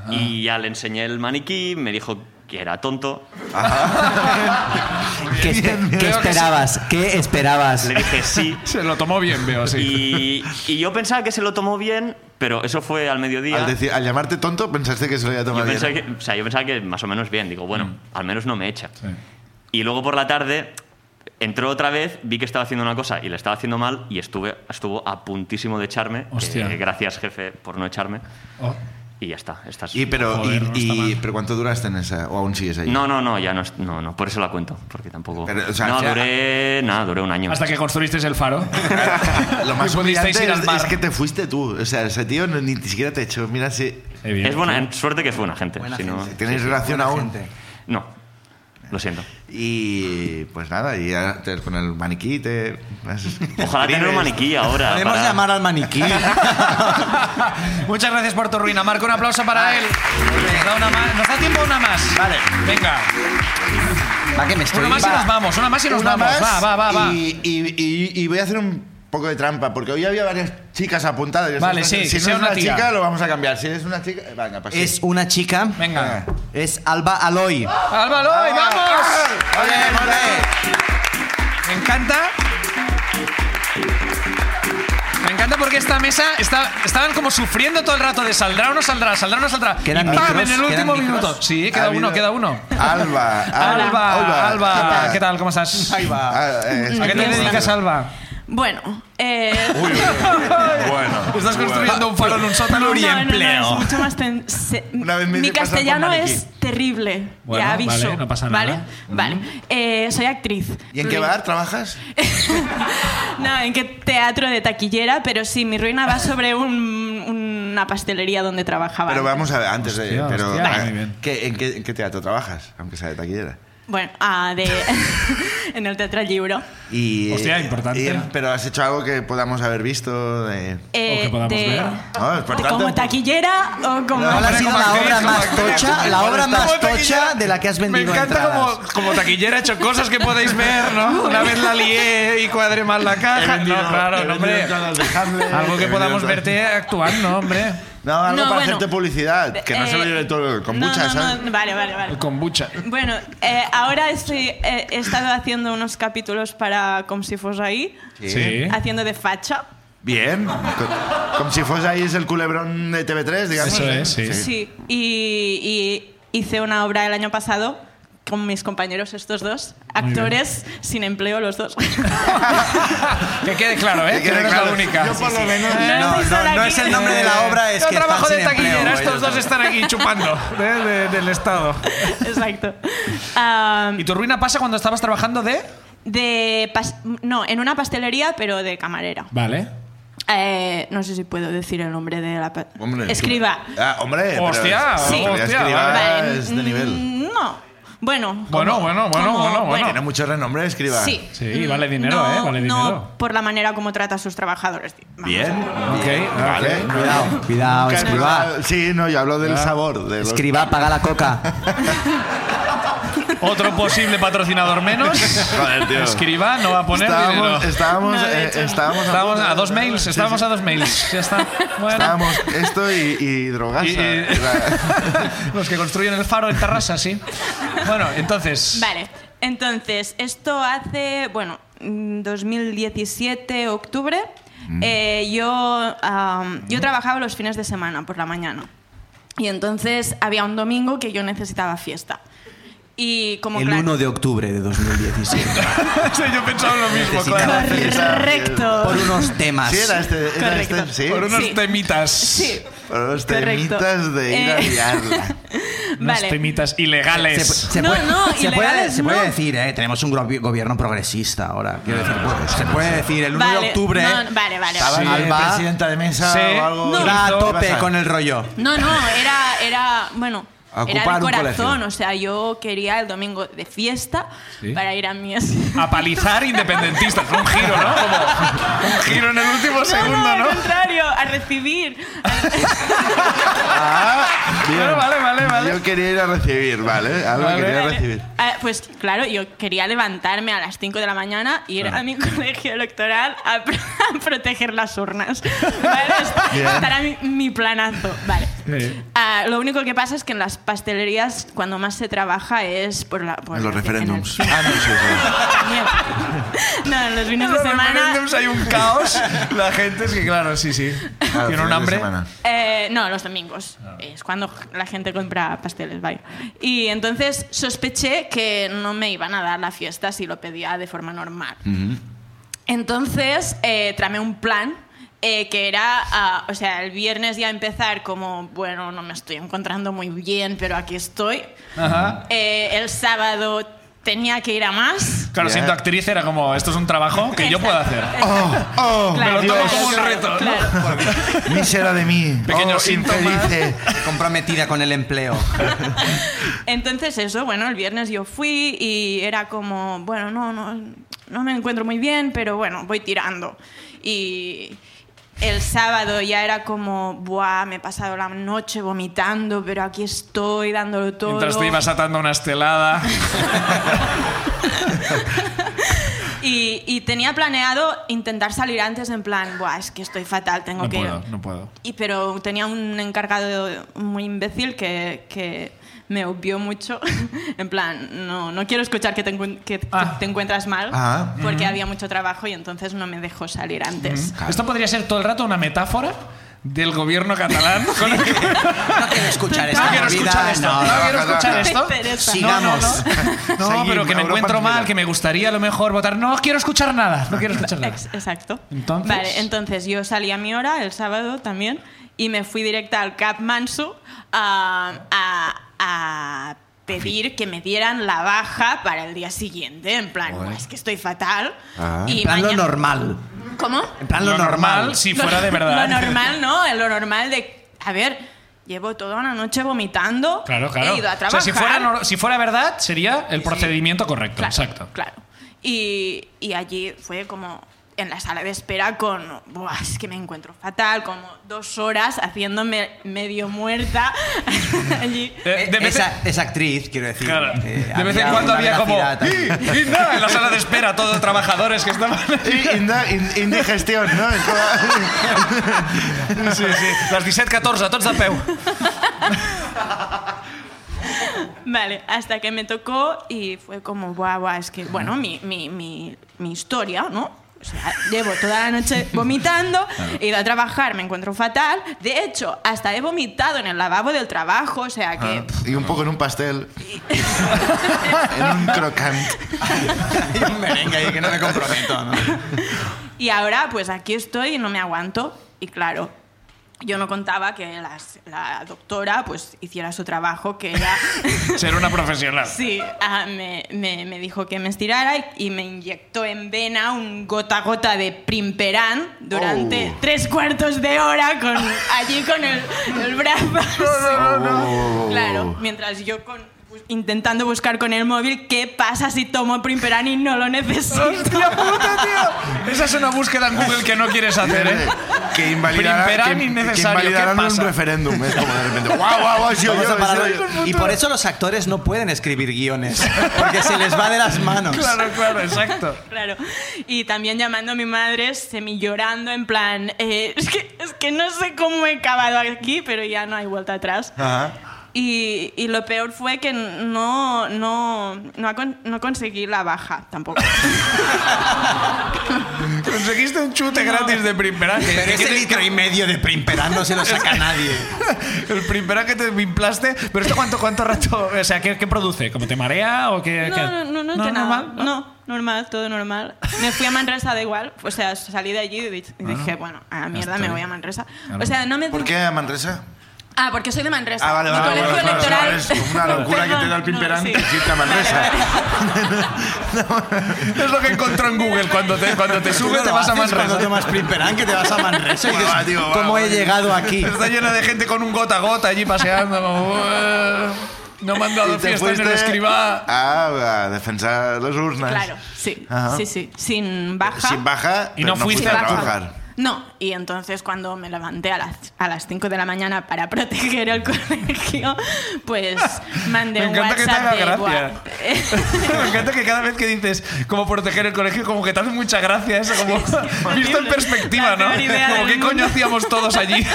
H: Y ya le enseñé el maniquí, me dijo que era tonto.
E: ¿Qué, espe- qué
A: Creo que
E: esperabas? ¿Qué esperabas?
H: Le dije sí.
A: Se lo tomó bien, veo, sí.
H: Y, y yo pensaba que se lo tomó bien, pero eso fue al mediodía.
B: Al, decir- al llamarte tonto, pensaste que se lo había
H: Yo
B: tomado bien.
H: pensaba, que, o sea, yo pensaba que más o menos bien. Digo,
A: Mm.
H: bueno, al menos no me echa. Y luego por la tarde entró otra vez, vi que estaba haciendo una cosa y la estaba haciendo mal y estuve, estuvo a puntísimo de echarme.
A: Hostia.
H: Eh, gracias, jefe, por no echarme.
A: Oh.
H: Y ya está. Estás...
B: Y, pero, y-
A: Joder, no está
B: y-
A: mal.
B: pero ¿cuánto duraste en esa? ¿O aún sigues ahí?
H: No, no, no, ya no, es- no, no, por eso la cuento, porque tampoco...
B: Pero, o sea,
H: no,
B: ya-
H: duré, nada, duré un año.
A: Hasta que construisteis el faro.
B: <laughs> Lo más
A: Y pudisteis
B: humillante
A: ir al
B: es,
A: mar.
B: es que te fuiste tú. O sea, ese tío no- ni siquiera te echó. Mira si
H: Es buena, suerte que es buena gente.
E: Buena
H: si no-
E: gente.
B: tienes relación
E: Buena
B: aún.
E: gente.
H: no, lo siento.
B: Y pues nada, y ya te, con el maniquí te...
H: Ojalá tener un maniquí ahora.
E: Podemos
H: para-
E: llamar <laughs> al maniquí.
A: <laughs> Muchas gracias por tu ruina. Marco, un aplauso para él. Nos da, una más. Nos da tiempo una más. Vale. Venga.
E: Va, que me estoy-
A: Una más y
E: va.
A: nos vamos. Una más y nos
B: Una
A: vamos.
B: más
A: va, va, va, va.
B: Y, y- y- y voy a hacer un poco de trampa, porque hoy había varias chicas apuntadas. Yo
A: Vale,
B: sé,
A: sí,
B: si
A: que
B: no
A: sea
B: es
A: una
B: una
A: tía.
B: chica, lo vamos a cambiar. Si es una chica, venga, pues sí.
E: Es una chica.
A: Venga.
E: Es Alba Aloy.
A: Álvaro, y
B: Ah,
A: vamos. Me encanta. Me encanta encanta porque esta mesa está- estaban como sufriendo todo el rato de saldrá o no saldrá, saldrá o no saldrá.
E: Quedan
A: y ¡pam!
E: micros,
A: en el último
E: quedan micros.
A: minuto. Sí,
B: Ha
A: queda
B: habido-
A: uno, queda uno.
B: Alba, Alba, Ah, eh,
A: Alba, Alba, ¿qué tal? ¿Cómo estás?
B: Ahí va.
A: ¿A qué te dedicas, Alba?
I: Bueno, eh, <laughs>
B: Bueno.
A: Estás construyendo un faro en un sótano.
I: No, no, no, es mucho más ten- se-
B: Una vez me
I: Mi
B: hice pasar por
I: castellano
B: maniquí.
I: es terrible.
A: Bueno,
I: ya aviso.
A: vale, no pasa
I: ¿Vale?
A: nada.
I: Vale. Eh, soy actriz.
B: ¿Y en qué
I: Ruina-
B: bar trabajas?
I: No, en qué teatro de taquillera, pero sí, mi ruina va sobre un- una pastelería donde trabajaba.
B: Pero
I: antes.
B: vamos a ver, antes de.
A: Hostia,
B: Pero,
A: hostia,
B: ah,
A: muy bien.
B: ¿qué- en, qué, en qué teatro trabajas? Aunque sea de taquillera.
I: Bueno, ah, de, <laughs> en el Teatro Libro.
B: Y,
A: Hostia, importante.
B: pero has hecho algo que podamos haber visto. De,
I: Eh,
A: O que podamos
I: de-
A: ver.
B: No, es por
I: de
B: tanto-
I: como taquillera o como...
E: ¿Cuál ha sido
A: como
E: la
A: actriz,
E: obra
A: como
E: más
A: actriz,
E: tocha, la obra más tocha de la que has vendido
A: Me encanta
E: entradas?
A: como, como taquillera he hecho cosas que podéis ver,
E: <laughs>
A: ¿no? Una vez la lié y cuadré mal la caja. no, claro, no, hombre. <laughs> Algo que podamos verte actuando, hombre.
B: No, algo
I: No,
B: para
I: bueno.
B: hacerte publicidad. Que no se lo
I: Eh,
B: lleve todo con muchas,
I: no, no,
B: ¿sabes?
I: no, Vale, vale, vale.
A: El kombucha.
I: Bueno, eh, ahora estoy, eh, he estado haciendo unos capítulos para Como si fuese ahí,
A: Sí.
I: haciendo de facha.
B: Bien. Co- Como si fuese ahí es el culebrón de TV3, digamos.
A: Eso
B: ¿eh?
A: es, sí.
I: Sí, y, y hice una obra el año pasado con mis compañeros estos dos, actores sin empleo
A: <laughs>
I: los dos.
A: Que quede claro, ¿eh?
B: Que
A: Que
B: quede
A: no eres la
B: claro.
A: única. Eh,
B: Yo por lo menos.
E: No,
I: estoy sola
E: no, no
I: aquí.
E: es el nombre de la obra, es
A: Yo
E: que están
A: trabajo de
E: sin empleo,
A: taquillera,
E: ellos
A: estos dos
E: también.
A: están aquí chupando ¿eh? de- de- del Estado.
I: Exacto. Ah,
A: ¿Y tu ruina pasa cuando estabas trabajando de...?
I: de pas- no, en una pastelería, pero de camarera.
A: Vale.
I: Eh, no sé si puedo decir el nombre de la... pa-
B: Hombre, tú-
I: Escriba.
B: Ah, hombre. pero-
A: Hostia, oh,
I: Sí.
B: pero
A: hostia,
B: Escriba
I: Vale,
B: es de nivel.
I: mm, No. Bueno.
A: ¿eh? Bueno,
I: como-
A: bueno, bueno,
I: como-
A: bueno, bueno.
B: Tiene mucho renombre, escriba.
I: Sí. Mm,
A: Sí, vale dinero,
I: no,
A: ¿eh? Vale
I: no
A: dinero.
I: por la manera como trata a sus trabajadores. Vamos a
B: Bien.
I: ver.
A: Ah, Ok. Ah,
B: Vale.
E: Cuidado, cuidado,
B: Nunca he
E: escriba.
B: probado- Sí, no, yo hablo del sabor. De los...
E: Escriba, paga la coca.
A: Otro posible patrocinador
E: <laughs>
A: menos.
B: Joder, tío.
A: Escriba, no va a poner
B: Estábamos,
A: dinero.
B: estábamos,
I: No, de
B: eh,
I: hecho no.
B: estábamos,
A: Estábamos
B: punto
A: a dos
B: de-
A: mails,
B: sí,
A: estábamos
B: sí.
A: a dos mails. Ya está. Bueno.
B: Estábamos esto y, y drogasa.
A: Y- y-
I: <laughs>
A: Los que construyen el faro en Tarrasa, sí. Bueno, entonces.
I: Vale. Entonces, esto hace, bueno, mm, 2017, octubre. Eh, yo, am, yo trabajaba los fines de semana por la mañana. Y entonces había un domingo que yo necesitaba fiesta. Y como
E: El
I: claro-
E: 1 de octubre de 2017.
A: <laughs> Sí, yo pensaba lo mismo,
E: Necesitaba
A: claro.
I: Correcto.
E: Por unos temas.
B: Sí, era este. Era
I: Correcto.
B: este sí.
A: Por unos
I: Sí.
A: temitas.
I: Sí.
B: Por unos
I: Correcto.
B: temitas de ir a
I: Eh.
A: <laughs>
B: liarla.
A: Unos
I: Vale.
A: temitas
E: Se,
B: pues,
A: ilegales.
E: pu- se
I: No,
E: puede,
I: no,
E: se, puede,
I: ilegales
E: se puede
I: no.
E: decir, eh, tenemos un grobi- gobierno progresista ahora. Quiero decir, pues, se puede decir, el 1 de
I: Vale,
E: octubre ¿eh?
I: no, vale, vale,
E: estaba
I: vale.
E: Alba
B: presidenta de mesa
A: Sí.
B: o algo.
I: No.
E: iba
B: ¿Qué
E: a tope
B: pasa?
E: con el rollo.
I: No, no, era, era bueno,
E: A
I: era
E: ocupar
I: de
E: un
I: corazón.
E: colegio.
I: O sea, yo quería el domingo de fiesta para ir a mi... <laughs>
A: A palizar independentistas. Un giro, ¿no? Como un giro en el último segundo,
I: no,
A: ¿no?
I: al contrario, a recibir.
B: Ah, bien.
A: Bueno, vale, vale, vale.
B: Yo quería ir a recibir, ¿vale? Alba
A: Vale.
B: quería
I: Vale.
B: recibir.
I: Ah, pues claro, yo quería levantarme a las 5 de la mañana y ir a mi <laughs> colegio electoral a, pro- a proteger las urnas. ¿Vale? Est-
B: Bien.
I: Este era mi, mi planazo. Vale.
A: Sí.
I: Ah, lo único que pasa es que en las pastelerías cuando más se trabaja es por la... por
B: En los
I: la-
B: referéndums.
I: el-
B: Ah, no, sí, sí.
I: no, en los fines
A: En
I: de
A: los
I: semana...
A: referéndums hay un caos. La gente es que, claro, sí, sí.
B: Claro,
A: Tiene
B: fin
A: un
B: de
A: hambre.
B: semana.
I: Eh, no, los domingos. Es cuando la gente compra pasteles, vaya. Y entonces sospeché que no me iban a dar la fiesta si lo pedía de forma normal. Entonces eh, tramé un plan. eh, que era, ah, o sea, el viernes ya empezar como, bueno, no me estoy encontrando muy bien, pero aquí estoy.
A: Ajá.
I: Eh, el sábado tenía que ir a más.
A: Claro,
B: Ya.
A: siendo actriz era como, esto es un trabajo que yo puedo hacer.
B: Oh,
A: Me lo tomo
I: Dios.
A: como un reto. ¿no?
I: Claro.
B: mísera de mí.
A: Pequeños
B: oh,
A: síntomas.
B: infelice.
E: Comprometida con el
C: <laughs>
E: empleo.
I: Entonces eso, bueno, el viernes yo fui y era como, bueno, no, no, no me encuentro muy bien, pero bueno, voy tirando. Y el sábado ya era como, buah, me he pasado la noche vomitando, pero aquí estoy dándolo todo.
A: Mientras te ibas atando una estelada.
I: y, Y, y tenía planeado intentar salir antes en plan, Buah, es que estoy fatal, tengo
A: No
I: que...
A: puedo, no puedo.
I: Y, pero tenía un encargado muy imbécil que, que me obvió mucho. <laughs> en plan, no, no quiero escuchar que te, encuent- que
A: Ah.
I: te encuentras mal
B: Ah.
I: porque había mucho trabajo y entonces no me dejó salir antes.
A: Esto podría ser todo el rato una metáfora del gobierno <laughs> catalán. con el que-
E: No quiero escuchar
A: no quiero escuchar esto. No, quiero escuchar esto.
I: Teresa.
E: Sigamos.
A: <laughs> No,
B: Seguir,
A: pero que me
B: Europa
A: encuentro
B: entera.
A: mal, que me gustaría a lo mejor votar. No quiero escuchar nada. No quiero escuchar nada.
I: Ex- Exacto.
A: Entonces.
I: Vale, entonces yo salí a mi hora el sábado también y me fui directa al Cap Mansu a, a- a pedir que me dieran la baja para el día siguiente. En plan, "Buah, es que estoy fatal.
B: Ah.
I: y
E: En plan lo
I: mañana-
E: normal.
I: ¿Cómo?
E: En plan
A: Lo
E: lo normal.
A: normal, si fuera de verdad.
I: <laughs> Lo normal, ¿no? Lo normal de. A ver, llevo toda una noche vomitando. e
A: Claro, claro.
I: He ido a
A: O sea,
I: trabajar.
A: si fuera, nor- si fuera verdad, sería el procedimiento correcto.
I: Claro,
A: Exacto.
I: Claro. Y, y allí fue como en la sala de espera con, Buah, es que me encuentro fatal, como dos horas haciéndome medio muerta <laughs> allí.
A: Eh, de vez en-
E: E-, esa, esa actriz, quiero decir.
A: Claro.
E: eh,
A: de vez en cuando
E: una
A: había como.
E: veracidad también.
A: "¡Ih! ¡Ih, nada!", En la sala de espera, todos los trabajadores que estaban.
B: Y inda- in- Indigestión, ¿no? Es como-
A: Sí, sí. Las 17-14, tots de peu.
I: Vale, hasta que me tocó y fue como, guau, guau, es que, bueno, mi, mi, mi, mi historia, ¿no? O sea, llevo toda la noche vomitando, he ido a trabajar, me encuentro fatal. De hecho, hasta he vomitado en el lavabo del trabajo, o sea que...
B: Y un poco en un pastel.
I: <laughs>
B: en un crocant.
E: Hay un merengue ahí que no me comprometo. ¿no?
I: Y ahora, pues aquí estoy y no me aguanto. Y claro, yo no contaba que las- la doctora pues hiciera su trabajo, que ella
A: Ser una profesional.
I: sí, ah, me, me- me dijo que me estirara y, y me inyectó en vena un gota a gota de primperán durante
B: Oh.
I: tres cuartos de hora con, allí con el, el brazo. así.
B: Oh.
I: Claro, mientras yo con- bus- intentando buscar con el móvil qué pasa si tomo primperán y no lo necesito.
A: ¡Hostia puta, tío! Esa es una búsqueda en Google que no quieres hacer, ¿eh?
B: Que invalidará,
A: Primperán
B: que,
A: innecesario,
B: que invalidarán
A: ¿qué pasa?
B: un referéndum. Es como de repente, guau, guau, guau, sí,
E: Vamos
B: yo,
E: a pararlo.
B: sí, yo.
E: Y por eso los actores no pueden escribir guiones, porque se les va de las manos.
A: Claro, claro, exacto.
I: Claro. Y también llamando a mi madre, semi llorando, en plan, eh, es, que, es que no sé cómo he acabado aquí, pero ya no hay vuelta atrás.
B: Ajá.
I: Y, y lo peor fue que no, no, no, acon- no conseguí la baja tampoco.
A: Conseguiste un chute gratis de Primperán. que-
E: Pero
A: que
E: ese
A: te-
E: litro y medio de primperán no se lo
B: <laughs>
E: saca nadie.
A: El primero que te vimplaste, pero esto cuánto, cuánto rato, o sea, ¿qué, qué produce? ¿Como te marea o <laughs> qué?
I: No,
A: qué?
I: no, no, no, que nada.
A: normal,
I: No, normal, todo normal. Me fui a Manresa da igual, o sea, salí de allí y di- y
A: Ah.
I: dije, bueno, a la mierda me voy a Manresa. O sea, no me
B: ¿Por qué a Manresa?
I: Ah, porque soy de Manresa.
B: Ah, vale,
I: Mi
B: vale. vale,
I: colegio
B: vale,
I: electoral.
B: vale, es una locura que te da el
I: Perdón,
B: pimperán
I: no, sí.
B: que irte a Manresa.
A: Es lo que encontró en Google cuando te, cuando te
E: Tú
A: sube
E: no
A: te
E: lo
A: vas a
E: haces
A: Manresa.
E: Cuando tomas primperán que te vas
A: <laughs>
E: a Manresa y dices,
B: Va, tío, va,
E: ¿cómo
B: va,
E: he
B: tío".
E: llegado aquí?
A: Está llena de gente con un gota a gota allí paseando como... "Eh, No me han
B: Y
A: dado
B: te
A: fiesta en el
B: fuiste
A: escribá.
B: A, a defensar las urnas.
I: Claro, sí,
B: Ajá.
I: sí, sí. Sin baja.
B: Sin baja,
A: Y
B: pero
A: no fuiste
B: a
A: a baja.
B: trabajar.
I: No, y entonces cuando me levanté a las, a las 5 de la mañana para <laughs> proteger el colegio,
A: <laughs>
I: pues mandé
A: Me
I: un
A: encanta que te
I: WhatsApp
A: haga
I: de
A: gracia. <laughs>
I: "Buah".
A: Me encanta que cada vez que dices cómo proteger el colegio, como que te hace mucha gracia eso, como <laughs> visto en
I: horrible.
A: perspectiva,
I: La
A: ¿no?
I: peor idea
A: Como
I: del
A: qué coño
I: mundo.
A: hacíamos todos
I: <laughs>
A: allí.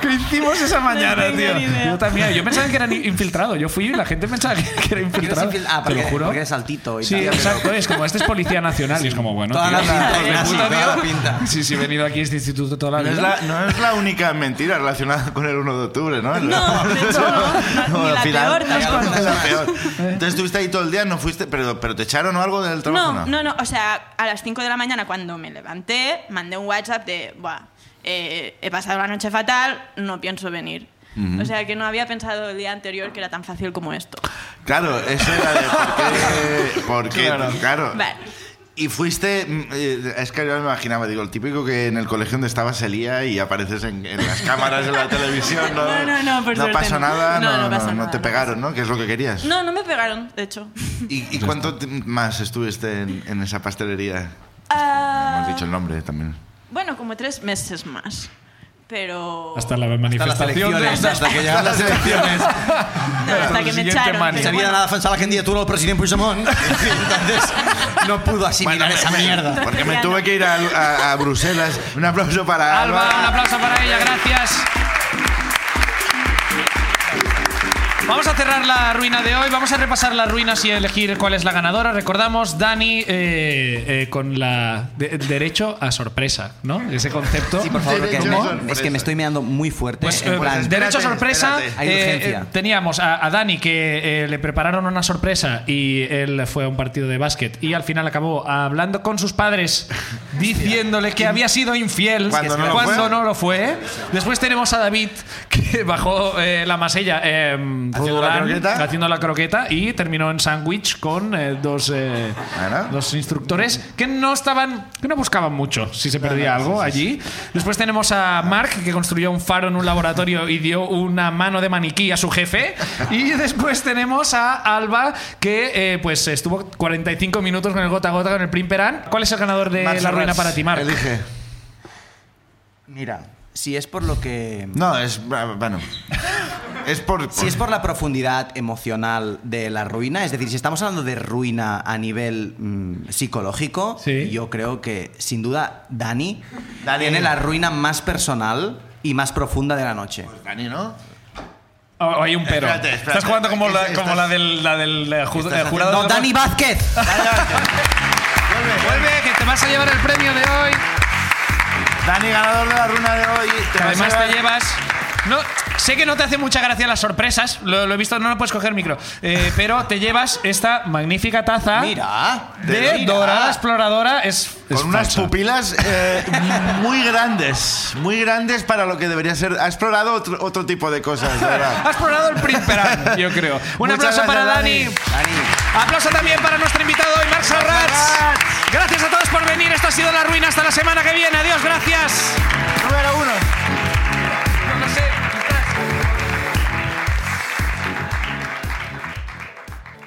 A: ¿Qué hicimos esa mañana,
I: tengo
A: tío?
I: ni idea.
A: Yo también, yo pensaba que era ni- infiltrado. Yo fui y la gente pensaba que, que era infiltrado.
E: infil- ah,
A: te lo
E: porque-
A: juro.
E: porque eres altito y
A: Sí,
E: tal.
A: exacto. Es como este es policía nacional y es como bueno.
E: Toda
A: tío,
E: la pinta,
A: hijo de
E: así,
A: puta,
E: toda la
A: tío.
E: pinta.
A: Sí, sí, he venido aquí a este instituto toda la
B: No es
A: vida.
B: la, no es la única mentira relacionada con el 1 de octubre, ¿no? <laughs>
I: No, de hecho, no,
B: No,
I: ni
B: al
I: la
B: final,
I: peor tampoco.
B: es la peor. Entonces estuviste ahí todo el día, no fuiste, pero, pero te echaron o algo del trabajo.
I: <laughs> No, no, no. O sea, a las 5 de la mañana cuando me levanté, mandé un WhatsApp de, Buah, eh, he pasado la noche fatal, no pienso venir. O sea, que no había pensado el día anterior que era tan fácil como esto.
B: Claro, eso era de por qué. por qué, claro.
I: Vale.
B: Y fuiste, mm, eh, es que yo me imaginaba, digo, el típico que en el colegio donde estaba se lía y apareces en, en las cámaras
I: <laughs>
B: de la televisión, ¿no?
I: No, no, no, por
B: No
I: suerte
B: pasó
I: no.
B: nada, no,
I: No,
B: no,
I: no pasó
B: no
I: nada,
B: te
I: no
B: pegaron, ¿no? Que es lo que querías.
I: No, no me pegaron, de
A: <laughs>
I: hecho.
B: ¿Y, y cuánto te- más estuviste en, en esa pastelería?
I: Ah,
B: Hemos dicho el nombre también.
I: Bueno, como tres meses más. Pero.
A: Hasta la
E: Hasta las
A: manifestación. de-
E: elecciones, hasta que llegan las elecciones.
I: No, hasta que me
A: siguiente
I: echaron.
A: mani.
I: pero
E: Se había
I: bueno.
E: nada a pensar la gente tú no,
B: <laughs>
E: presidente Puigdemont. Entonces, no pudo asimilar esa mierda.
B: Porque me tuve que ir a, a- a Bruselas. Un aplauso para Alba.
A: Alba, un aplauso para ella, gracias. Vamos a cerrar la ruina de hoy. Vamos a repasar las ruinas y elegir cuál es la ganadora. Recordamos, Dani, eh, eh, con la de- derecho a sorpresa, ¿no? Ese concepto.
E: Sí, por favor, porque es,
B: ¿Cómo?
E: me- es que me estoy mirando muy fuerte.
A: Pues,
E: en
A: eh,
E: plan,
B: espérate,
A: derecho a sorpresa.
B: espérate.
E: Hay
A: eh,
E: urgencia.
A: eh, teníamos a, a Dani que eh, le prepararon una sorpresa y él fue a un partido de básquet y al final acabó hablando con
B: <laughs>
A: sus padres diciéndole que había sido infiel
B: Cuando no lo fue.
A: no lo fue. Después tenemos a David que <laughs> bajó eh, la masella eh,
B: Haciendo la
A: Roldán,
B: croqueta.
A: haciendo la croqueta y terminó en sándwich con eh, dos, eh,
B: Bueno.
A: dos instructores que no estaban que no buscaban mucho si se perdía algo allí después tenemos a Mark que construyó un faro en un laboratorio y dio una mano de maniquí a su jefe y después tenemos a Alba que eh, pues estuvo 45 minutos con el gota a gota con el Prim Peran ¿cuál es el ganador de
B: Marc
A: la ruina
B: Serrats,
A: para ti Mark?
B: Elige.
E: Mira, si es por lo que.
B: No, es. Bueno. Es por. por-
E: Si es por la profundidad emocional de la ruina, es decir, si estamos hablando de ruina a nivel mm, psicológico,
A: Sí.
E: yo creo que sin duda Dani, tiene la ruina más personal y más profunda de la noche.
B: Dani, ¿no?
A: O- o Oh, hay un pero
B: Espérate, espérate.
A: estás jugando como,
B: ¿Qué
A: la,
B: estás-
A: como la del, la del eh, ju-
B: estás
A: eh, jurado
E: No,
A: de-
E: Dani Vázquez.
A: vuelve que te vas a llevar el premio de hoy
B: Dani, ganador de la runa de hoy. te
A: Que
B: vas
A: además
B: a
A: te
B: llevar-
A: llevas. No, sé que no te hace mucha gracia las sorpresas, lo, lo he visto, no lo puedes coger micro. Eh, pero te llevas esta magnífica taza
E: Mira,
A: de
E: mira.
A: Dorada Exploradora. Es, es
B: Con unas
A: falsa.
B: pupilas eh, muy grandes. Muy grandes para lo que debería ser. Ha explorado otro, otro tipo de cosas, de verdad.
A: Has probado el Primperán, yo creo. Un
B: Muchas
A: aplauso
B: gracias,
A: para Dani. Aplauso también para nuestro invitado hoy, Marc Serrats. Gracias a todos por venir. Esto ha sido La Ruina. Hasta la semana que viene. Adiós, gracias.